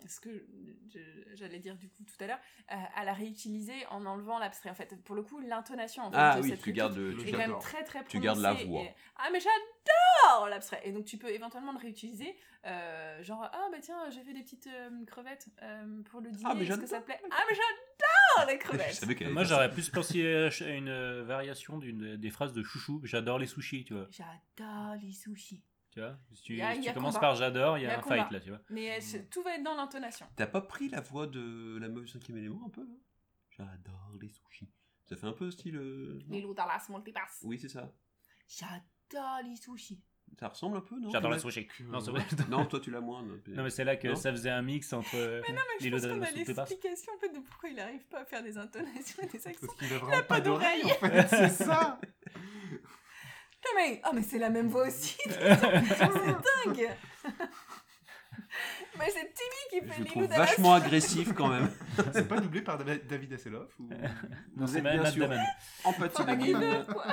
[SPEAKER 10] ce que je- j'allais dire du coup tout à l'heure, euh, à la réutiliser en enlevant l'abstrait. En fait, pour le coup, l'intonation en fait,
[SPEAKER 8] Ah
[SPEAKER 10] de
[SPEAKER 8] oui,
[SPEAKER 10] cette
[SPEAKER 8] tu
[SPEAKER 10] réplique
[SPEAKER 8] gardes,
[SPEAKER 9] le
[SPEAKER 8] tu
[SPEAKER 10] est
[SPEAKER 9] J'adore.
[SPEAKER 10] quand
[SPEAKER 8] gardes.
[SPEAKER 10] même très très prononcée.
[SPEAKER 8] Tu gardes la voix.
[SPEAKER 10] et- Ah mais j'adore l'abstrait. Et donc tu peux éventuellement le réutiliser, euh, genre ah bah tiens j'ai fait des petites euh, crevettes euh, pour le dîner.
[SPEAKER 8] Ah, mais
[SPEAKER 10] Est-ce que ça te plaît Ah mais j'adore les crevettes.
[SPEAKER 8] Je savais qu'elle allait
[SPEAKER 11] Moi,
[SPEAKER 8] faire ça.
[SPEAKER 11] j'aurais plus pensé à ch- à une euh, variation d'une des phrases de Chouchou. J'adore les sushis, tu vois.
[SPEAKER 10] J'adore les sushis.
[SPEAKER 11] Tu vois, si tu,
[SPEAKER 10] Il y a-
[SPEAKER 11] si
[SPEAKER 10] il y
[SPEAKER 11] tu
[SPEAKER 10] a
[SPEAKER 11] commences
[SPEAKER 10] combat.
[SPEAKER 11] par j'adore, il y
[SPEAKER 10] Il y
[SPEAKER 11] a
[SPEAKER 10] a
[SPEAKER 11] un fight
[SPEAKER 10] combat.
[SPEAKER 11] là, tu vois.
[SPEAKER 10] Mais elle
[SPEAKER 8] Mm.
[SPEAKER 10] se- tout va être dans l'intonation.
[SPEAKER 8] T'as pas pris la voix de la meuf du cinquième élément un peu là J'adore les sushis. Ça fait un peu style. euh, non
[SPEAKER 10] Les loups dans la multipass.
[SPEAKER 8] Oui, c'est ça.
[SPEAKER 10] J'adore les sushis.
[SPEAKER 8] Ça ressemble un peu, non
[SPEAKER 11] J'adore les
[SPEAKER 8] Comme
[SPEAKER 11] sushis.
[SPEAKER 9] que-
[SPEAKER 11] Non, c'est vrai.
[SPEAKER 8] la- Non, toi tu l'as moins. Non,
[SPEAKER 11] Non, mais c'est là que
[SPEAKER 8] Non.
[SPEAKER 11] ça faisait un mix entre euh,
[SPEAKER 10] Je
[SPEAKER 11] Lilo
[SPEAKER 10] pense
[SPEAKER 11] de
[SPEAKER 10] qu'on
[SPEAKER 11] la
[SPEAKER 10] a
[SPEAKER 11] soupe éparse.
[SPEAKER 10] l'explication en fait de pourquoi il n'arrive pas à faire des intonations et des accents.
[SPEAKER 9] Parce qu'il a vraiment pas
[SPEAKER 10] d'oreille.
[SPEAKER 9] d'oreille en fait, c'est ça
[SPEAKER 10] Ah mais, ah, mais c'est la même voix aussi. c'est dingue. mais c'est Timmy qui fait
[SPEAKER 8] Je le
[SPEAKER 10] les loups
[SPEAKER 8] trouve
[SPEAKER 10] dans la
[SPEAKER 8] vachement agressif quand même.
[SPEAKER 9] C'est pas doublé par Dav- David Hasselhoff ou...
[SPEAKER 11] Non,
[SPEAKER 8] Vous
[SPEAKER 11] c'est
[SPEAKER 8] êtes
[SPEAKER 11] Matt
[SPEAKER 8] bien sûr
[SPEAKER 11] Damon.
[SPEAKER 8] empathie
[SPEAKER 10] soupe. Ah, les
[SPEAKER 8] de
[SPEAKER 10] deux, quoi.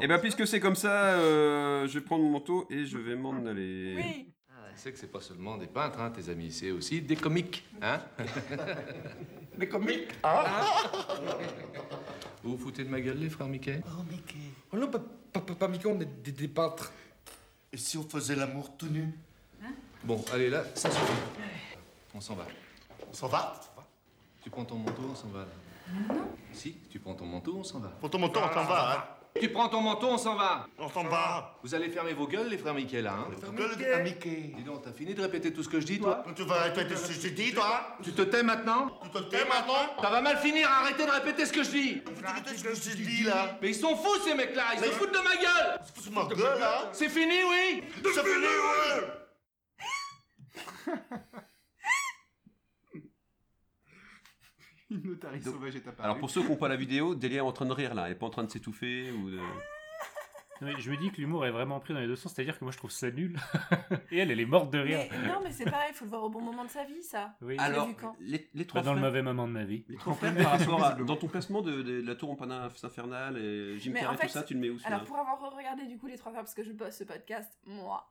[SPEAKER 8] Et ben puisque c'est comme ça, euh, je vais prendre mon manteau et je vais m'en aller.
[SPEAKER 10] Oui.
[SPEAKER 5] Tu sais que c'est pas seulement des peintres, hein, tes amis, c'est aussi des comiques, hein Des comiques, hein Vous vous foutez de ma gueule, les frères Mickey
[SPEAKER 7] Oh non, pas, pas, pas, pas Mickey, on est des, des peintres.
[SPEAKER 1] Et si on faisait l'amour tout nu Hein
[SPEAKER 5] Bon, allez, là, ça suffit. On s'en va.
[SPEAKER 1] On s'en va
[SPEAKER 5] Tu prends ton manteau, on s'en va. Là. Si, tu prends ton manteau, on s'en va.
[SPEAKER 1] Pour ton manteau, on s'en va, hein
[SPEAKER 5] Tu prends ton manteau, on s'en va
[SPEAKER 1] On s'en va
[SPEAKER 5] Vous allez fermer vos gueules, les frères Mickey, là, hein
[SPEAKER 1] Gueule à Mickey
[SPEAKER 5] Dis donc, t'as fini de répéter tout ce que je dis, toi
[SPEAKER 1] Tu vas répéter ce que je dis, toi
[SPEAKER 5] Tu te tais maintenant
[SPEAKER 1] Tu te tais maintenant
[SPEAKER 5] Ça va mal finir, arrêtez de répéter ce que je dis
[SPEAKER 1] Tu répètes Hein ce que je dis, là
[SPEAKER 5] Mais ils sont fous, ces mecs-là Ils se foutent de ma gueule
[SPEAKER 1] Tu ma gueule, hein. là
[SPEAKER 5] C'est fini, oui
[SPEAKER 1] Ça fait les
[SPEAKER 9] Une otarie
[SPEAKER 8] Donc-
[SPEAKER 9] sauvage est apparue.
[SPEAKER 8] Alors pour ceux qui n'ont pas la vidéo, Delia est en train de rire là, elle est pas en train de s'étouffer ou de...
[SPEAKER 11] Non, mais je me dis que l'humour est vraiment pris dans les deux sens, c'est-à-dire que moi je trouve ça nul. et elle, elle est morte de rire.
[SPEAKER 10] Mais, non mais c'est pareil, faut le voir au bon moment de sa vie ça.
[SPEAKER 11] Oui,
[SPEAKER 8] Alors,
[SPEAKER 10] vu quand
[SPEAKER 8] les, les
[SPEAKER 11] pas
[SPEAKER 8] trois
[SPEAKER 11] Bah, dans le
[SPEAKER 8] frères-
[SPEAKER 11] mauvais moment de ma vie.
[SPEAKER 8] les trois frères par rapport à... Dans ton classement de, de- de la tour en panin infernale et Jim
[SPEAKER 10] Mais
[SPEAKER 8] Carrey
[SPEAKER 10] en fait,
[SPEAKER 8] tout ça, tu le mets où celui-là
[SPEAKER 10] Alors pour avoir regardé du coup les trois frères parce que je poste ce podcast, moi.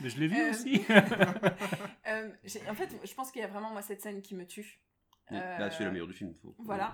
[SPEAKER 11] Mais je l'ai vu
[SPEAKER 10] Euh,
[SPEAKER 11] aussi.
[SPEAKER 10] euh, j'ai- en fait, je pense qu'il y a vraiment moi cette scène qui me tue.
[SPEAKER 8] Mais-
[SPEAKER 10] Euh,
[SPEAKER 8] Là, c'est la meilleure du film. faut-
[SPEAKER 10] voilà.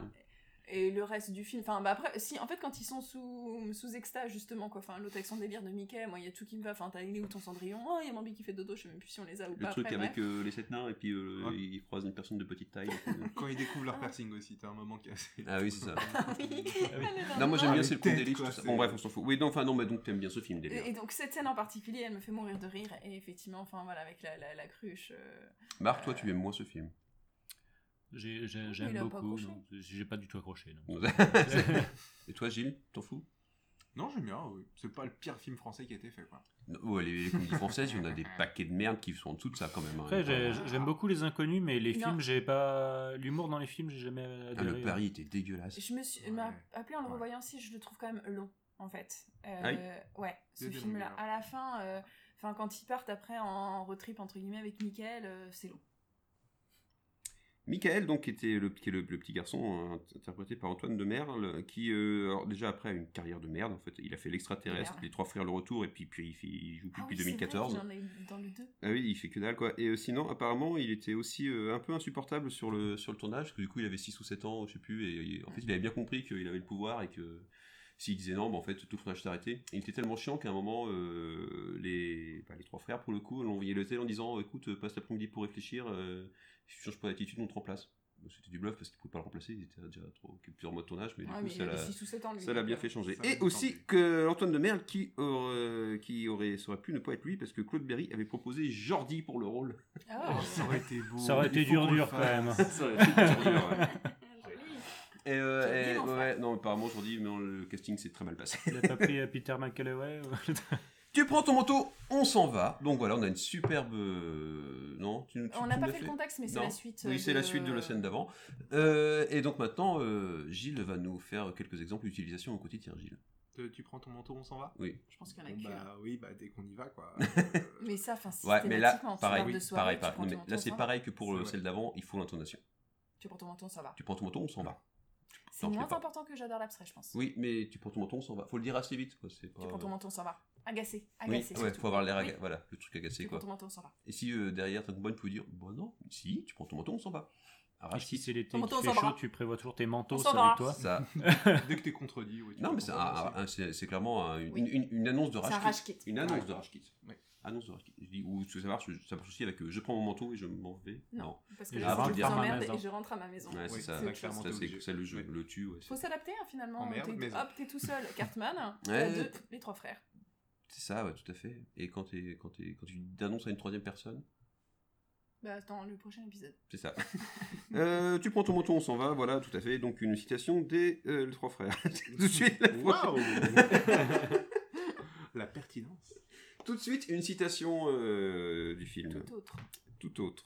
[SPEAKER 10] Et le reste du film, enfin, bah après, si, en fait, quand ils sont sous, sous extase, justement, quoi, enfin, l'autre avec son délire de Mickey, moi, il y a tout qui me va, enfin, t'as il est où ton Cendrillon, oh, il y a Bambi qui fait dodo, je sais même plus si on les a ou
[SPEAKER 8] Le
[SPEAKER 10] pas.
[SPEAKER 8] truc
[SPEAKER 10] Bah, après,
[SPEAKER 8] avec
[SPEAKER 10] bref.
[SPEAKER 8] euh, les sept nains et puis euh,
[SPEAKER 9] Ouais.
[SPEAKER 8] ils croisent une personne de petite taille. et puis, euh,
[SPEAKER 9] Quand ils découvrent leur piercing aussi, t'as un moment qui est assez... Ah
[SPEAKER 8] Ah oui, c'est ça.
[SPEAKER 10] Oui, elle est dans
[SPEAKER 8] Non,
[SPEAKER 10] le
[SPEAKER 8] moi j'aime
[SPEAKER 11] Ah,
[SPEAKER 10] noir.
[SPEAKER 8] bien,
[SPEAKER 9] les
[SPEAKER 8] c'est le coup
[SPEAKER 9] têtes,
[SPEAKER 8] d'Élise, tout
[SPEAKER 9] quoi,
[SPEAKER 8] ça.
[SPEAKER 9] c'est-
[SPEAKER 8] Bon, bref, on s'en fout. Oui, donc, enfin, non, mais donc t'aimes bien ce film, Delia.
[SPEAKER 10] Et, et donc, cette scène en particulier, elle me fait mourir de rire, et effectivement, enfin, voilà, avec la, la, la cruche. euh,
[SPEAKER 8] Marc, toi, tu aimes moins ce film.
[SPEAKER 11] J'ai- j'ai-
[SPEAKER 10] Mais
[SPEAKER 9] Non, j'aime bien, oui. C'est pas le pire film français qui a été fait, quoi.
[SPEAKER 8] Non, Ouais, les, les comédies françaises, il y en a des paquets de merde qui sont en dessous de ça quand même. hein.
[SPEAKER 11] Après, j'ai- j'aime beaucoup les inconnus, mais les
[SPEAKER 10] Non.
[SPEAKER 11] films, j'ai pas. L'humour dans les films, j'ai jamais
[SPEAKER 8] Ah,
[SPEAKER 11] adhéré.
[SPEAKER 8] le pari était dégueulasse.
[SPEAKER 10] Je me suis il m'a appelé en le revoyant si je le trouve quand même long en fait. Euh,
[SPEAKER 8] Ah oui
[SPEAKER 10] Ouais, ce
[SPEAKER 9] Deuxième
[SPEAKER 10] film-là.
[SPEAKER 9] longueur.
[SPEAKER 10] À la fin, euh, enfin quand ils partent après en, en road trip entre guillemets avec Mickaël, euh, c'est long.
[SPEAKER 8] Michael, donc, qui était le, qui est le, le petit garçon euh, interprété par Antoine Demerle, qui, euh, alors, déjà après, a une carrière de merde, en fait. Il a fait l'extraterrestre,
[SPEAKER 10] Merde.
[SPEAKER 8] les trois frères le retour, et puis, puis il fait- il, joue plus
[SPEAKER 10] Ah
[SPEAKER 8] depuis
[SPEAKER 10] oui, c'est vrai
[SPEAKER 8] 2014.
[SPEAKER 10] qu'il en est dans le 2.
[SPEAKER 8] Ah oui, il fait que dalle, quoi. Et euh, sinon, apparemment, il était aussi euh, un peu insupportable sur le, sur le tournage, parce que du coup, il avait 6 ou 7 ans, je sais plus, et il- en fait, il avait bien compris qu'il avait le pouvoir et que s'il disait non, bah, en fait, tout le tournage s'arrêtait. Il était tellement chiant qu'à un moment, euh, les, bah, les trois frères, pour le coup, l'ont envoyé le tel en disant écoute, euh, passe l'après-midi pour réfléchir, euh, si tu changes pas d'attitude, on te remplace. Bah, C'était du bluff parce qu'ils pouvaient pas le remplacer, il était déjà trop, plusieurs mois de tournage, mais du
[SPEAKER 10] Ouais,
[SPEAKER 8] coup,
[SPEAKER 10] Ah mais il
[SPEAKER 8] ça
[SPEAKER 10] avait
[SPEAKER 8] l'a.
[SPEAKER 10] 6 ou 7 ans lui.
[SPEAKER 8] Ça l'a bien
[SPEAKER 10] donc,
[SPEAKER 8] fait
[SPEAKER 10] euh,
[SPEAKER 8] changer.
[SPEAKER 9] Ça l'a
[SPEAKER 8] Et
[SPEAKER 9] bien
[SPEAKER 8] aussi
[SPEAKER 9] changé.
[SPEAKER 8] que Antoine de Merle, qui aurait, qui aurait, ça aurait pu ne pas être lui, parce que Claude Berry avait proposé Jordi pour le rôle.
[SPEAKER 10] Ah,
[SPEAKER 9] Ça aurait été beau.
[SPEAKER 11] Ça aurait
[SPEAKER 9] Il
[SPEAKER 11] été
[SPEAKER 9] faut
[SPEAKER 11] dur,
[SPEAKER 9] qu'on le
[SPEAKER 11] dur quand
[SPEAKER 9] fasse.
[SPEAKER 11] même.
[SPEAKER 8] ça aurait été Jordi, ouais.
[SPEAKER 10] joli.
[SPEAKER 8] Et, euh,
[SPEAKER 10] Jordi,
[SPEAKER 8] et-
[SPEAKER 10] mon frère.
[SPEAKER 8] ouais, non, apparemment Jordi, mais non, le casting s'est très mal passé.
[SPEAKER 11] Il a pas pris euh, Peter euh, McCalloway ou-
[SPEAKER 8] tu prends ton manteau, on s'en va. Donc voilà, on a une superbe. euh, Non, tu, tu-
[SPEAKER 10] On
[SPEAKER 8] tu
[SPEAKER 10] n'a
[SPEAKER 8] me
[SPEAKER 10] pas
[SPEAKER 8] l'as
[SPEAKER 10] fait le contexte, mais c'est
[SPEAKER 8] Non.
[SPEAKER 10] la suite.
[SPEAKER 8] Oui,
[SPEAKER 10] euh,
[SPEAKER 8] c'est la
[SPEAKER 10] de-
[SPEAKER 8] suite de la scène d'avant. Euh, et donc maintenant, euh, Gilles va nous faire quelques exemples d'utilisation au quotidien, Gilles.
[SPEAKER 9] Te- tu prends ton manteau, on s'en va
[SPEAKER 8] Oui.
[SPEAKER 10] Je pense qu'il y en a
[SPEAKER 9] Bon,
[SPEAKER 10] qu'un.
[SPEAKER 9] Bah oui, bah dès qu'on y va, quoi. Euh,
[SPEAKER 10] Mais ça, enfin,
[SPEAKER 8] Ouais, mais là,
[SPEAKER 10] systématiquement, tu
[SPEAKER 8] pareil,
[SPEAKER 10] parles de
[SPEAKER 8] oui,
[SPEAKER 10] soirée,
[SPEAKER 8] pareil,
[SPEAKER 10] tu
[SPEAKER 8] pareil.
[SPEAKER 10] prends ton
[SPEAKER 8] Non, mais là,
[SPEAKER 10] menton,
[SPEAKER 8] c'est
[SPEAKER 10] ça va.
[SPEAKER 8] pareil que pour
[SPEAKER 9] C'est
[SPEAKER 8] euh,
[SPEAKER 9] vrai.
[SPEAKER 8] celle d'avant, il faut l'intonation.
[SPEAKER 10] Tu prends ton menton, ça va.
[SPEAKER 8] Tu prends ton manteau, on s'en va.
[SPEAKER 10] C'est
[SPEAKER 8] Non, je l'ai
[SPEAKER 10] moins
[SPEAKER 8] pas.
[SPEAKER 10] important que j'adore l'abstrait, je pense.
[SPEAKER 8] Oui, mais tu prends ton menton, on s'en va. Faut le dire assez vite, quoi. C'est pas...
[SPEAKER 10] Tu prends ton menton, ça va. Agacé,
[SPEAKER 8] Oui,
[SPEAKER 10] agacé.
[SPEAKER 8] ouais,
[SPEAKER 10] surtout.
[SPEAKER 8] faut avoir l'air
[SPEAKER 10] Oui,
[SPEAKER 8] aga- Voilà, le truc agacé,
[SPEAKER 10] Tu prends
[SPEAKER 8] quoi.
[SPEAKER 10] ton menton, ça va.
[SPEAKER 8] Et si euh, derrière ta compagne peut dire, bon non, si, tu prends ton menton, on s'en va.
[SPEAKER 11] Et
[SPEAKER 8] Ah, Arrache
[SPEAKER 11] si
[SPEAKER 8] si
[SPEAKER 11] c'est l'été
[SPEAKER 10] On
[SPEAKER 11] qui
[SPEAKER 10] s'en
[SPEAKER 11] fait
[SPEAKER 10] va.
[SPEAKER 11] chaud, tu prévois toujours tes
[SPEAKER 10] On
[SPEAKER 11] manteaux
[SPEAKER 10] s'en
[SPEAKER 11] avec
[SPEAKER 10] va.
[SPEAKER 11] toi.
[SPEAKER 8] ça.
[SPEAKER 9] dès que t'es contredit, oui. tu
[SPEAKER 8] non,
[SPEAKER 9] prends
[SPEAKER 8] mais
[SPEAKER 9] ton
[SPEAKER 8] c'est un-
[SPEAKER 9] manteau, c'est-
[SPEAKER 8] un- un- c'est c'est clairement un- une,
[SPEAKER 10] Oui.
[SPEAKER 8] une- une annonce de
[SPEAKER 10] Ça
[SPEAKER 8] rage
[SPEAKER 10] rage quitte.
[SPEAKER 8] Une annonce
[SPEAKER 9] Ouais.
[SPEAKER 8] de rage quitte.
[SPEAKER 9] Ouais.
[SPEAKER 8] Annonce de rage quitte. Je dis, ou ça marche, ça marche aussi avec euh, je prends mon manteau et je m'en vais.
[SPEAKER 10] Non. Parce que
[SPEAKER 11] Et
[SPEAKER 10] je
[SPEAKER 11] je rentre
[SPEAKER 10] vous
[SPEAKER 11] à ma
[SPEAKER 10] emmerde
[SPEAKER 11] maison.
[SPEAKER 10] et je rentre à ma maison.
[SPEAKER 8] Ouais, c'est
[SPEAKER 9] Oui,
[SPEAKER 8] ça.
[SPEAKER 10] c'est
[SPEAKER 8] Ça,
[SPEAKER 10] clairement
[SPEAKER 8] c'est
[SPEAKER 9] obligé.
[SPEAKER 8] ça, le jeu,
[SPEAKER 9] Ouais.
[SPEAKER 8] le tue. ouais, c'est-
[SPEAKER 10] Faut s'adapter, hein, finalement.
[SPEAKER 9] Emmerde,
[SPEAKER 10] T'es-
[SPEAKER 9] maison.
[SPEAKER 10] Hop, t'es tout seul. Cartman,
[SPEAKER 8] Ouais.
[SPEAKER 10] euh, deux, les trois frères.
[SPEAKER 8] c'est ça, ouais, tout à fait. Et quand, t'es- quand, t'es- quand tu annonces à une troisième personne,
[SPEAKER 10] Bah, dans le prochain épisode.
[SPEAKER 8] C'est ça. Euh, tu prends ton manteau, on s'en va, voilà, tout à fait. Donc une citation des euh, les trois frères. tout de suite, la fois-
[SPEAKER 9] Waouh La pertinence.
[SPEAKER 8] tout de suite une citation euh, du film.
[SPEAKER 10] Tout autre.
[SPEAKER 8] Tout autre.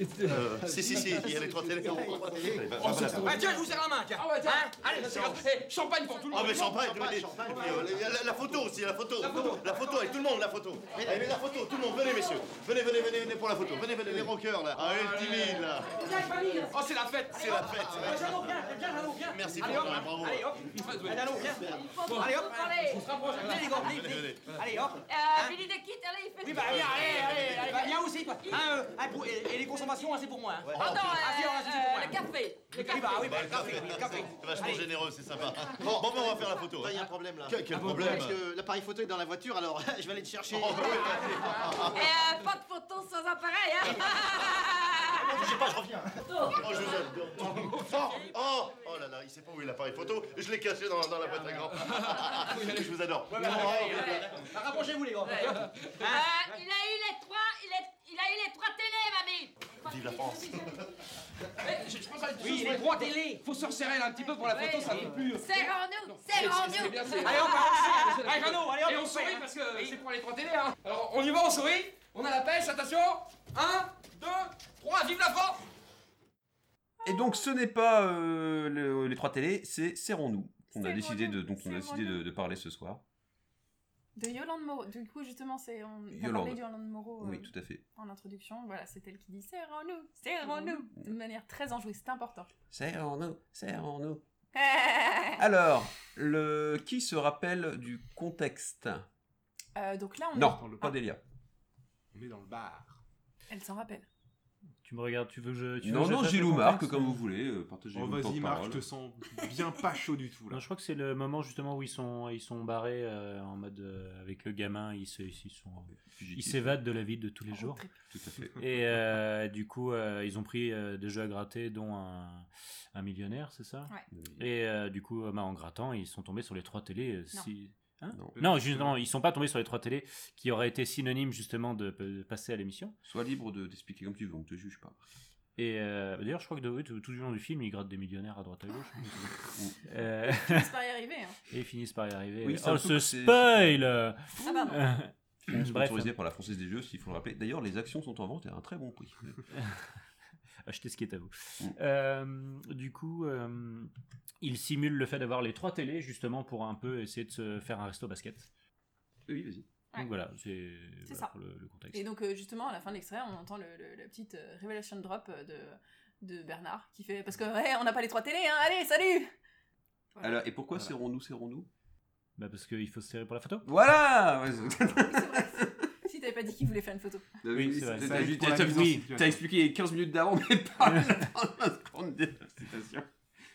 [SPEAKER 1] Euh, si, si, si, il y a les trois télés. Allez, va- va- va- va-
[SPEAKER 2] tiens, je vous sers la main, tiens. Hein Allez, c'est eh, champagne pour tout le
[SPEAKER 1] Ah, mais champagne, mais- mais- la, la- la photo aussi, la photo. La photo, avec tout le monde, la photo. Allez, la photo, tout le monde, venez, messieurs. Venez, venez, venez, venez pour la photo. Venez, venez, les rockers, là. Allez, le timide, là.
[SPEAKER 2] Oh, c'est la fête.
[SPEAKER 1] C'est la fête, c'est la fête.
[SPEAKER 2] Jeannot, viens, viens, Jeannot, viens.
[SPEAKER 1] Merci
[SPEAKER 2] Allez,
[SPEAKER 1] pour
[SPEAKER 2] hop,
[SPEAKER 1] toi, bravo.
[SPEAKER 2] Allez, hop. Allez, allons, viens. Allez, hop. On se rapproche. Venez, les gars, venez,
[SPEAKER 1] Venez, venez.
[SPEAKER 2] venez. Allez,
[SPEAKER 6] Euh,
[SPEAKER 2] hop. Oui, bah, viens, allez, allez, allez. Bah, viens aussi, toi. Hein, euh, hein, pour- et, et les consommations, hein, c'est pour moi. Hein. Attends, le café. Le café. bah, oui, bah, le café, le café.
[SPEAKER 1] C'est vachement généreux, c'est sympa. Bon, bon, ben, on va faire la photo.
[SPEAKER 12] Il y a un problème là.
[SPEAKER 1] Quel, quel
[SPEAKER 12] Ah bon,
[SPEAKER 1] problème
[SPEAKER 12] parce que L'appareil photo est dans la voiture, alors je vais aller le chercher.
[SPEAKER 1] Oh, bah oui, t'as-
[SPEAKER 6] euh, pas de photos sans appareil, hein
[SPEAKER 1] Oh, je vous aime. Oh, oh, oh là là, il sait pas où est l'appareil photo. Je l'ai caché dans, dans la boîte à gants.
[SPEAKER 12] Ah,
[SPEAKER 1] Je vous adore.
[SPEAKER 2] Ouais, bah,
[SPEAKER 1] Oh,
[SPEAKER 2] allez, allez, allez. Bah, Rapprochez-vous, les gars. Allez, hop. Hein.
[SPEAKER 6] Euh, Il a eu les trois, il, a eu les trois télés,
[SPEAKER 1] Vive la France.
[SPEAKER 2] Oui, les droits télé. Faut se resserrer là un petit peu pour la photo, ça fait plus. euh,
[SPEAKER 6] mamie Serrons-nous, serrons-nous
[SPEAKER 2] Allez, hop. Allez, Jeannot, allez, hop.
[SPEAKER 13] Et on sourit parce que c'est pour les trois télé, hein. Alors on y va, on sourit. On a la pêche, attention. 1, 2, 3, vive la France
[SPEAKER 8] Et donc ce n'est pas euh, le- les trois télés, c'est Serrons-nous. On a
[SPEAKER 10] Serrons-nous,
[SPEAKER 8] décidé de donc on a décidé de,
[SPEAKER 10] serrons-nous.
[SPEAKER 8] de parler ce soir.
[SPEAKER 10] De Yolande Moreau. Du coup, justement, c'est. On a
[SPEAKER 8] Yolande.
[SPEAKER 10] parlé de Yolande Moreau euh,
[SPEAKER 8] Oui, tout à fait.
[SPEAKER 10] en introduction. Voilà, c'est elle qui dit Serrons-nous, serrons-nous. De manière très enjouée, c'est important.
[SPEAKER 8] Serrons-nous, serrons-nous. Alors, le qui se rappelle du contexte
[SPEAKER 10] Euh, donc là, on
[SPEAKER 8] Non,
[SPEAKER 9] le
[SPEAKER 8] pas Delia.
[SPEAKER 9] On est dans le bar.
[SPEAKER 10] elle s'en rappelle.
[SPEAKER 11] Tu me regardes, tu veux que je. Tu veux
[SPEAKER 8] Non,
[SPEAKER 11] que je
[SPEAKER 8] non,
[SPEAKER 11] fasse
[SPEAKER 8] Gilles
[SPEAKER 11] le
[SPEAKER 8] ou Marc,
[SPEAKER 11] contexte
[SPEAKER 8] comme vous voulez, euh, partagez
[SPEAKER 9] Oh,
[SPEAKER 8] le temps de
[SPEAKER 9] vas-y, Marc,
[SPEAKER 8] parole.
[SPEAKER 9] je te sens bien pas chaud du tout là.
[SPEAKER 11] Non, je crois que c'est le moment justement où ils sont, ils sont barrés euh, en mode euh, avec le gamin, ils se- ils sont, ils s'évadent de la vie de tous
[SPEAKER 10] Ah,
[SPEAKER 11] les jours.
[SPEAKER 8] Tout à fait.
[SPEAKER 11] Et euh, du coup, euh, ils ont pris euh, des jeux à gratter, dont un, un millionnaire, c'est ça Et euh, du coup, euh, bah, en grattant, ils sont tombés sur les trois télés. euh,
[SPEAKER 10] Non.
[SPEAKER 11] si- Hein
[SPEAKER 8] Non.
[SPEAKER 11] non, justement, ils sont pas tombés sur les trois télés qui auraient été synonymes justement de, de euh, passer à l'émission.
[SPEAKER 8] Sois libre de t'expliquer comme tu veux, on te juge pas.
[SPEAKER 11] Et euh, d'ailleurs, je crois que de- oui, tout, tout du long du film, il gratte des millionnaires à droite à gauche. Euh,
[SPEAKER 10] Ils finissent par y arriver, hein.
[SPEAKER 11] Et ils finissent par y arriver.
[SPEAKER 8] Oui, c'est
[SPEAKER 11] oh,
[SPEAKER 8] un
[SPEAKER 11] ce
[SPEAKER 8] truc, c'est-
[SPEAKER 11] spoil
[SPEAKER 10] Ah, pardon.
[SPEAKER 11] Euh,
[SPEAKER 8] Film
[SPEAKER 11] Bref,
[SPEAKER 8] Sponsorisé par la Française des Jeux, s'il faut le rappeler. D'ailleurs, les actions sont en vente et à un très bon prix.
[SPEAKER 11] achetez ce qui est à vous. Euh, du coup, euh, il simule le fait d'avoir les trois télés justement pour un peu essayer de se faire un resto basket.
[SPEAKER 8] Oui, vas-y.
[SPEAKER 10] Ouais.
[SPEAKER 11] Donc voilà, c'est
[SPEAKER 10] C'est
[SPEAKER 11] voilà
[SPEAKER 10] ça.
[SPEAKER 11] pour le, le contexte.
[SPEAKER 10] Et donc euh, justement à la fin de l'extrait, on entend le, le- la petite euh, révélation drop euh, de, de Bernard qui fait parce que ouais, on n'a pas les trois télés, hein, allez salut.
[SPEAKER 8] Alors, et pourquoi serrons-nous, serrons-nous
[SPEAKER 11] bah Parce qu'il faut se serrer pour la photo.
[SPEAKER 8] Voilà
[SPEAKER 10] Si t'avais pas dit qu'il voulait faire une photo.
[SPEAKER 8] Bah
[SPEAKER 11] Oui,
[SPEAKER 8] oui,
[SPEAKER 11] c'est
[SPEAKER 8] c'est-
[SPEAKER 11] vrai.
[SPEAKER 8] t'as-
[SPEAKER 11] Ça
[SPEAKER 8] t'as-
[SPEAKER 11] aide pour la
[SPEAKER 8] t'as-
[SPEAKER 11] mise en
[SPEAKER 8] oui,
[SPEAKER 11] situation.
[SPEAKER 8] t'as expliqué 15 minutes d'avant, mais pas la- dans la seconde de la citation.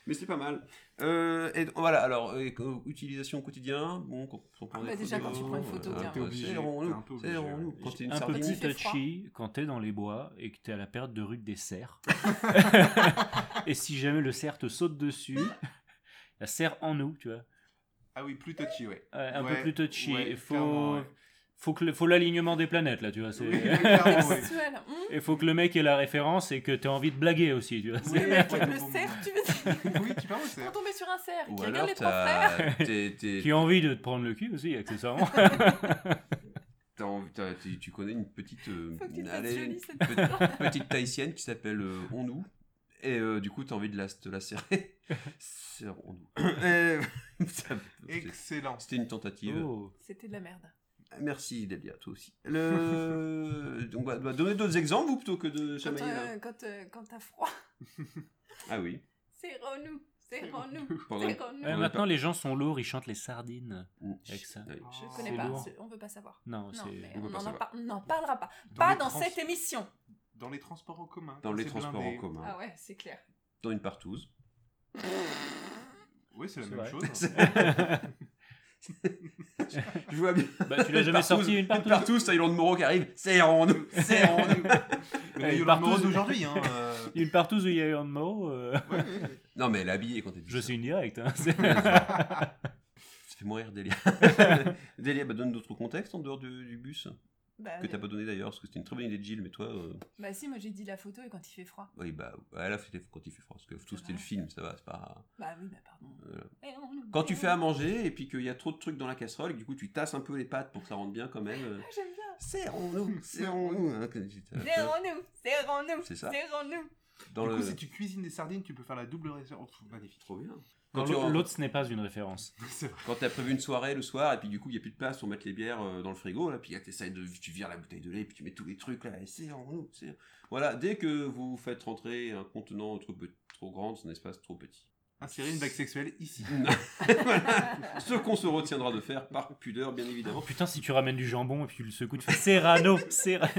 [SPEAKER 8] Mais c'est pas mal. Euh, et voilà, alors, euh, co- utilisation au quotidien, bon, quand on prend
[SPEAKER 10] Ah, bah, déjà, quand tu prends une photo,
[SPEAKER 8] euh,
[SPEAKER 10] tiens.
[SPEAKER 8] t'es obligé, serrons-nous, serrons-nous. Quand t'es une
[SPEAKER 11] un
[SPEAKER 8] sardine,
[SPEAKER 11] petit
[SPEAKER 10] il fait
[SPEAKER 11] touchy quand t'es dans les bois et que t'es à la perte de rue des cerfs. et si jamais le cerf te saute dessus, la serre en nous, tu vois.
[SPEAKER 9] Ah oui, plus touchy, ouais.
[SPEAKER 11] Ouais, un
[SPEAKER 9] Ouais,
[SPEAKER 11] peu plus touchy.
[SPEAKER 9] ouais,
[SPEAKER 11] Il faut,
[SPEAKER 9] clairement, ouais.
[SPEAKER 11] faut que le- faut l'alignement des planètes là, tu vois. c'est-
[SPEAKER 9] Oui, clairement, oui.
[SPEAKER 10] Sexuel, hum.
[SPEAKER 11] Et faut que le mec ait la référence et que t'aies envie de blaguer aussi, tu vois.
[SPEAKER 10] Oui,
[SPEAKER 11] c'est-
[SPEAKER 10] mais le cerf, tu veux dire
[SPEAKER 9] Oui, tu parles au
[SPEAKER 10] On
[SPEAKER 9] cerf.
[SPEAKER 10] tombait sur un cerf.
[SPEAKER 11] Ou
[SPEAKER 10] qui regarde
[SPEAKER 11] alors
[SPEAKER 10] les trois
[SPEAKER 11] t'as-
[SPEAKER 10] frères.
[SPEAKER 8] t'es- t'es-
[SPEAKER 11] Qui a envie de te prendre le cul aussi, accessoirement.
[SPEAKER 8] t'as envie- t'as- tu- tu connais une petite, euh,
[SPEAKER 10] Faut que tu te fasses
[SPEAKER 8] allez,
[SPEAKER 10] jolie,
[SPEAKER 8] une
[SPEAKER 10] cette
[SPEAKER 8] pe-
[SPEAKER 10] histoire.
[SPEAKER 8] petite tahitienne qui s'appelle euh, Onou. Et euh, du coup, t'as envie de la, de la serrer. Serre Onou. Et- ça-
[SPEAKER 9] Excellent.
[SPEAKER 8] C'était une tentative.
[SPEAKER 11] Oh.
[SPEAKER 10] C'était de la merde.
[SPEAKER 8] Merci Delia, toi aussi. Le... Donc, bah, bah, donnez d'autres exemples, vous, plutôt que de
[SPEAKER 10] Quand,
[SPEAKER 8] chamailler.
[SPEAKER 10] euh,
[SPEAKER 8] là.
[SPEAKER 10] quand, euh, quand t'as froid,
[SPEAKER 8] Ah oui.
[SPEAKER 10] serrons-nous, serrons-nous,
[SPEAKER 8] Pendant-
[SPEAKER 10] serrons-nous.
[SPEAKER 11] Ouais, Eh, maintenant, les gens sont lourds, ils chantent les sardines.
[SPEAKER 8] Mm.
[SPEAKER 11] Avec ça.
[SPEAKER 10] Je
[SPEAKER 11] C'est
[SPEAKER 10] connais pas,
[SPEAKER 11] lourd.
[SPEAKER 10] c'est- on veut pas savoir.
[SPEAKER 11] Non, c'est-
[SPEAKER 10] mais
[SPEAKER 11] on
[SPEAKER 10] on
[SPEAKER 11] veut pas
[SPEAKER 10] n'en
[SPEAKER 11] savoir.
[SPEAKER 10] parlera pas.
[SPEAKER 9] Dans
[SPEAKER 10] pas
[SPEAKER 9] les
[SPEAKER 10] dans
[SPEAKER 9] trans-
[SPEAKER 10] cette émission.
[SPEAKER 9] Dans les transports en commun.
[SPEAKER 8] Dans
[SPEAKER 9] quand
[SPEAKER 8] les
[SPEAKER 9] c'est
[SPEAKER 8] transports
[SPEAKER 9] blindé.
[SPEAKER 8] en commun.
[SPEAKER 10] Ah ouais, c'est clair.
[SPEAKER 8] Dans une partouze.
[SPEAKER 9] Oui, c'est la
[SPEAKER 8] C'est
[SPEAKER 9] même
[SPEAKER 8] vrai.
[SPEAKER 9] chose.
[SPEAKER 8] Je vois bien.
[SPEAKER 11] Bah, tu l'as jamais sorti, une partouze
[SPEAKER 8] Une partouze, Thaïlande Moreau qui arrive. Serrons-nous, serrons-nous.
[SPEAKER 11] Ouais, une partouze-
[SPEAKER 9] hein, euh.
[SPEAKER 11] Une partouze où il y a eu un mot. euh,
[SPEAKER 8] Non, mais elle est habillée quand elle dit
[SPEAKER 11] Je suis une directe. hein, c'est-
[SPEAKER 8] Ça fait mourir Delia. Delia, bah, donne d'autres contextes en dehors du, du bus.
[SPEAKER 10] Bah,
[SPEAKER 8] que
[SPEAKER 10] euh,
[SPEAKER 8] t'as pas donné d'ailleurs, parce que c'était une très bonne idée de Gilles, mais toi. euh,
[SPEAKER 10] Bah si, moi j'ai dit la photo et quand il fait froid.
[SPEAKER 8] Oui, bah, elle a fait quand il fait froid. Parce que tout, c'était le film, ça va, c'est pas.
[SPEAKER 10] Bah oui, bah pardon.
[SPEAKER 8] Voilà.
[SPEAKER 10] Et on-
[SPEAKER 8] Euh, Quand tu fais à manger et puis qu'il y a trop de trucs dans la casserole, et que du coup tu tasses un peu les pâtes pour que ça rentre bien quand même. euh,
[SPEAKER 10] Ah, J'aime bien.
[SPEAKER 8] Serrons-nous, serrons-nous. hein, que-
[SPEAKER 10] Serrons-nous, serrons-nous,
[SPEAKER 8] C'est ça.
[SPEAKER 10] serrons-nous.
[SPEAKER 8] Dans
[SPEAKER 9] du
[SPEAKER 8] le-
[SPEAKER 9] coup, si tu cuisines des sardines, tu peux faire la double réserve. magnifique.
[SPEAKER 8] Trop bien.
[SPEAKER 11] Non,
[SPEAKER 8] Quand tu
[SPEAKER 11] l'au-
[SPEAKER 8] rentres-
[SPEAKER 11] L'autre, ce n'est pas une référence.
[SPEAKER 8] Quand t'as prévu une soirée le soir et puis du coup il y a plus de place pour mettre les bières euh, dans le frigo là, puis là, t'essayes de tu vires la bouteille de lait puis tu mets tous les trucs là et serrons-nous, serrons- Voilà, dès que vous faites rentrer un contenant trop, pe- trop grand dans un espace trop petit.
[SPEAKER 9] Insérer une blague sexuelle ici.
[SPEAKER 8] Voilà. Ce qu'on se retiendra de faire par pudeur bien évidemment.
[SPEAKER 11] Oh Putain, si tu ramènes du jambon et puis tu le secoues, tu fais Serrano, Serra-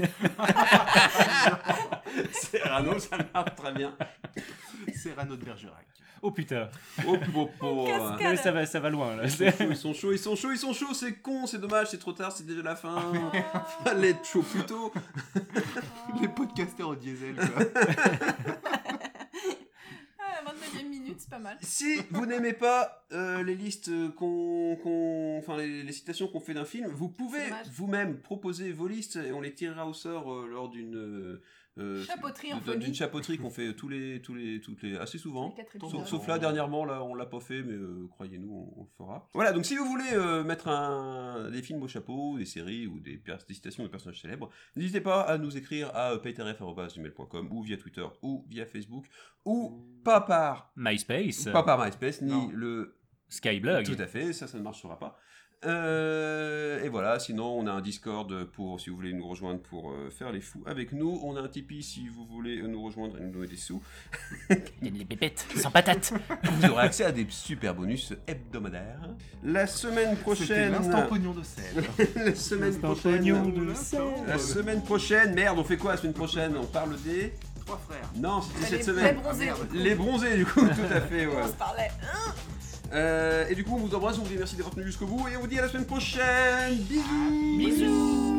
[SPEAKER 8] Serrano, ça marche très bien.
[SPEAKER 9] Serrano de Bergerac.
[SPEAKER 11] Oh putain.
[SPEAKER 8] Oh, oh, oh. Cascade.
[SPEAKER 11] Ouais, ça, va, ça va loin là.
[SPEAKER 8] Ils sont chauds, hein. ils sont chauds, ils sont chauds, ils sont chauds, c'est con, c'est dommage, c'est trop tard, c'est déjà la fin. Fallait être chaud plus tôt.
[SPEAKER 9] Les podcasteurs au diesel, quoi.
[SPEAKER 10] Ah, la 29e minute, c'est pas mal.
[SPEAKER 8] Si vous n'aimez pas euh, les listes qu'on, qu'on- enfin les, les citations qu'on fait d'un film, vous pouvez vous-même proposer vos listes et on les tirera au sort euh, lors d'une euh, euh,
[SPEAKER 10] Chapeauterie en
[SPEAKER 8] d'une-
[SPEAKER 10] folie.
[SPEAKER 8] d'une chapeauterie qu'on fait tous les, tous les, toutes les, assez souvent.
[SPEAKER 10] Les quatre
[SPEAKER 8] Sauf-
[SPEAKER 10] épisodes.
[SPEAKER 8] Sauf là dernièrement, là on l'a pas fait, mais euh, croyez-nous, on, on le fera. Voilà, donc si vous voulez euh, mettre un, des films au chapeau, des séries ou des, pers- des citations de personnages célèbres, n'hésitez pas à nous écrire à euh, payterf@gmail.com ou via Twitter ou via Facebook ou pas par
[SPEAKER 11] MySpace.
[SPEAKER 8] pas par MySpace, ni le
[SPEAKER 11] Skyblog.
[SPEAKER 8] Tout à fait, ça, ça ne marchera pas. Euh, et voilà, sinon on a un Discord pour si vous voulez nous rejoindre pour euh, faire les fous avec nous. On a un Tipeee si vous voulez euh, nous rejoindre et nous donner des sous.
[SPEAKER 11] Les pépettes, sans patates.
[SPEAKER 8] Vous aurez accès à des super bonus hebdomadaires. La semaine
[SPEAKER 9] C'était
[SPEAKER 8] prochaine.
[SPEAKER 9] l'instant pognon de sel.
[SPEAKER 8] La semaine prochaine. La semaine prochaine, merde, on fait quoi la semaine prochaine On parle des.
[SPEAKER 9] Trois frères.
[SPEAKER 8] Non, c'était
[SPEAKER 9] Les-
[SPEAKER 8] cette
[SPEAKER 9] Bah, les
[SPEAKER 8] semaine. Ah,
[SPEAKER 9] bronzés, du coup.
[SPEAKER 8] Les bronzés, du coup, tout à fait, ouais.
[SPEAKER 10] On se parlait. hein
[SPEAKER 8] Euh, et du coup, on vous embrasse, on vous dit merci d'avoir tenu jusqu'au bout et on vous dit à la semaine prochaine. Bisous.
[SPEAKER 10] Bisous.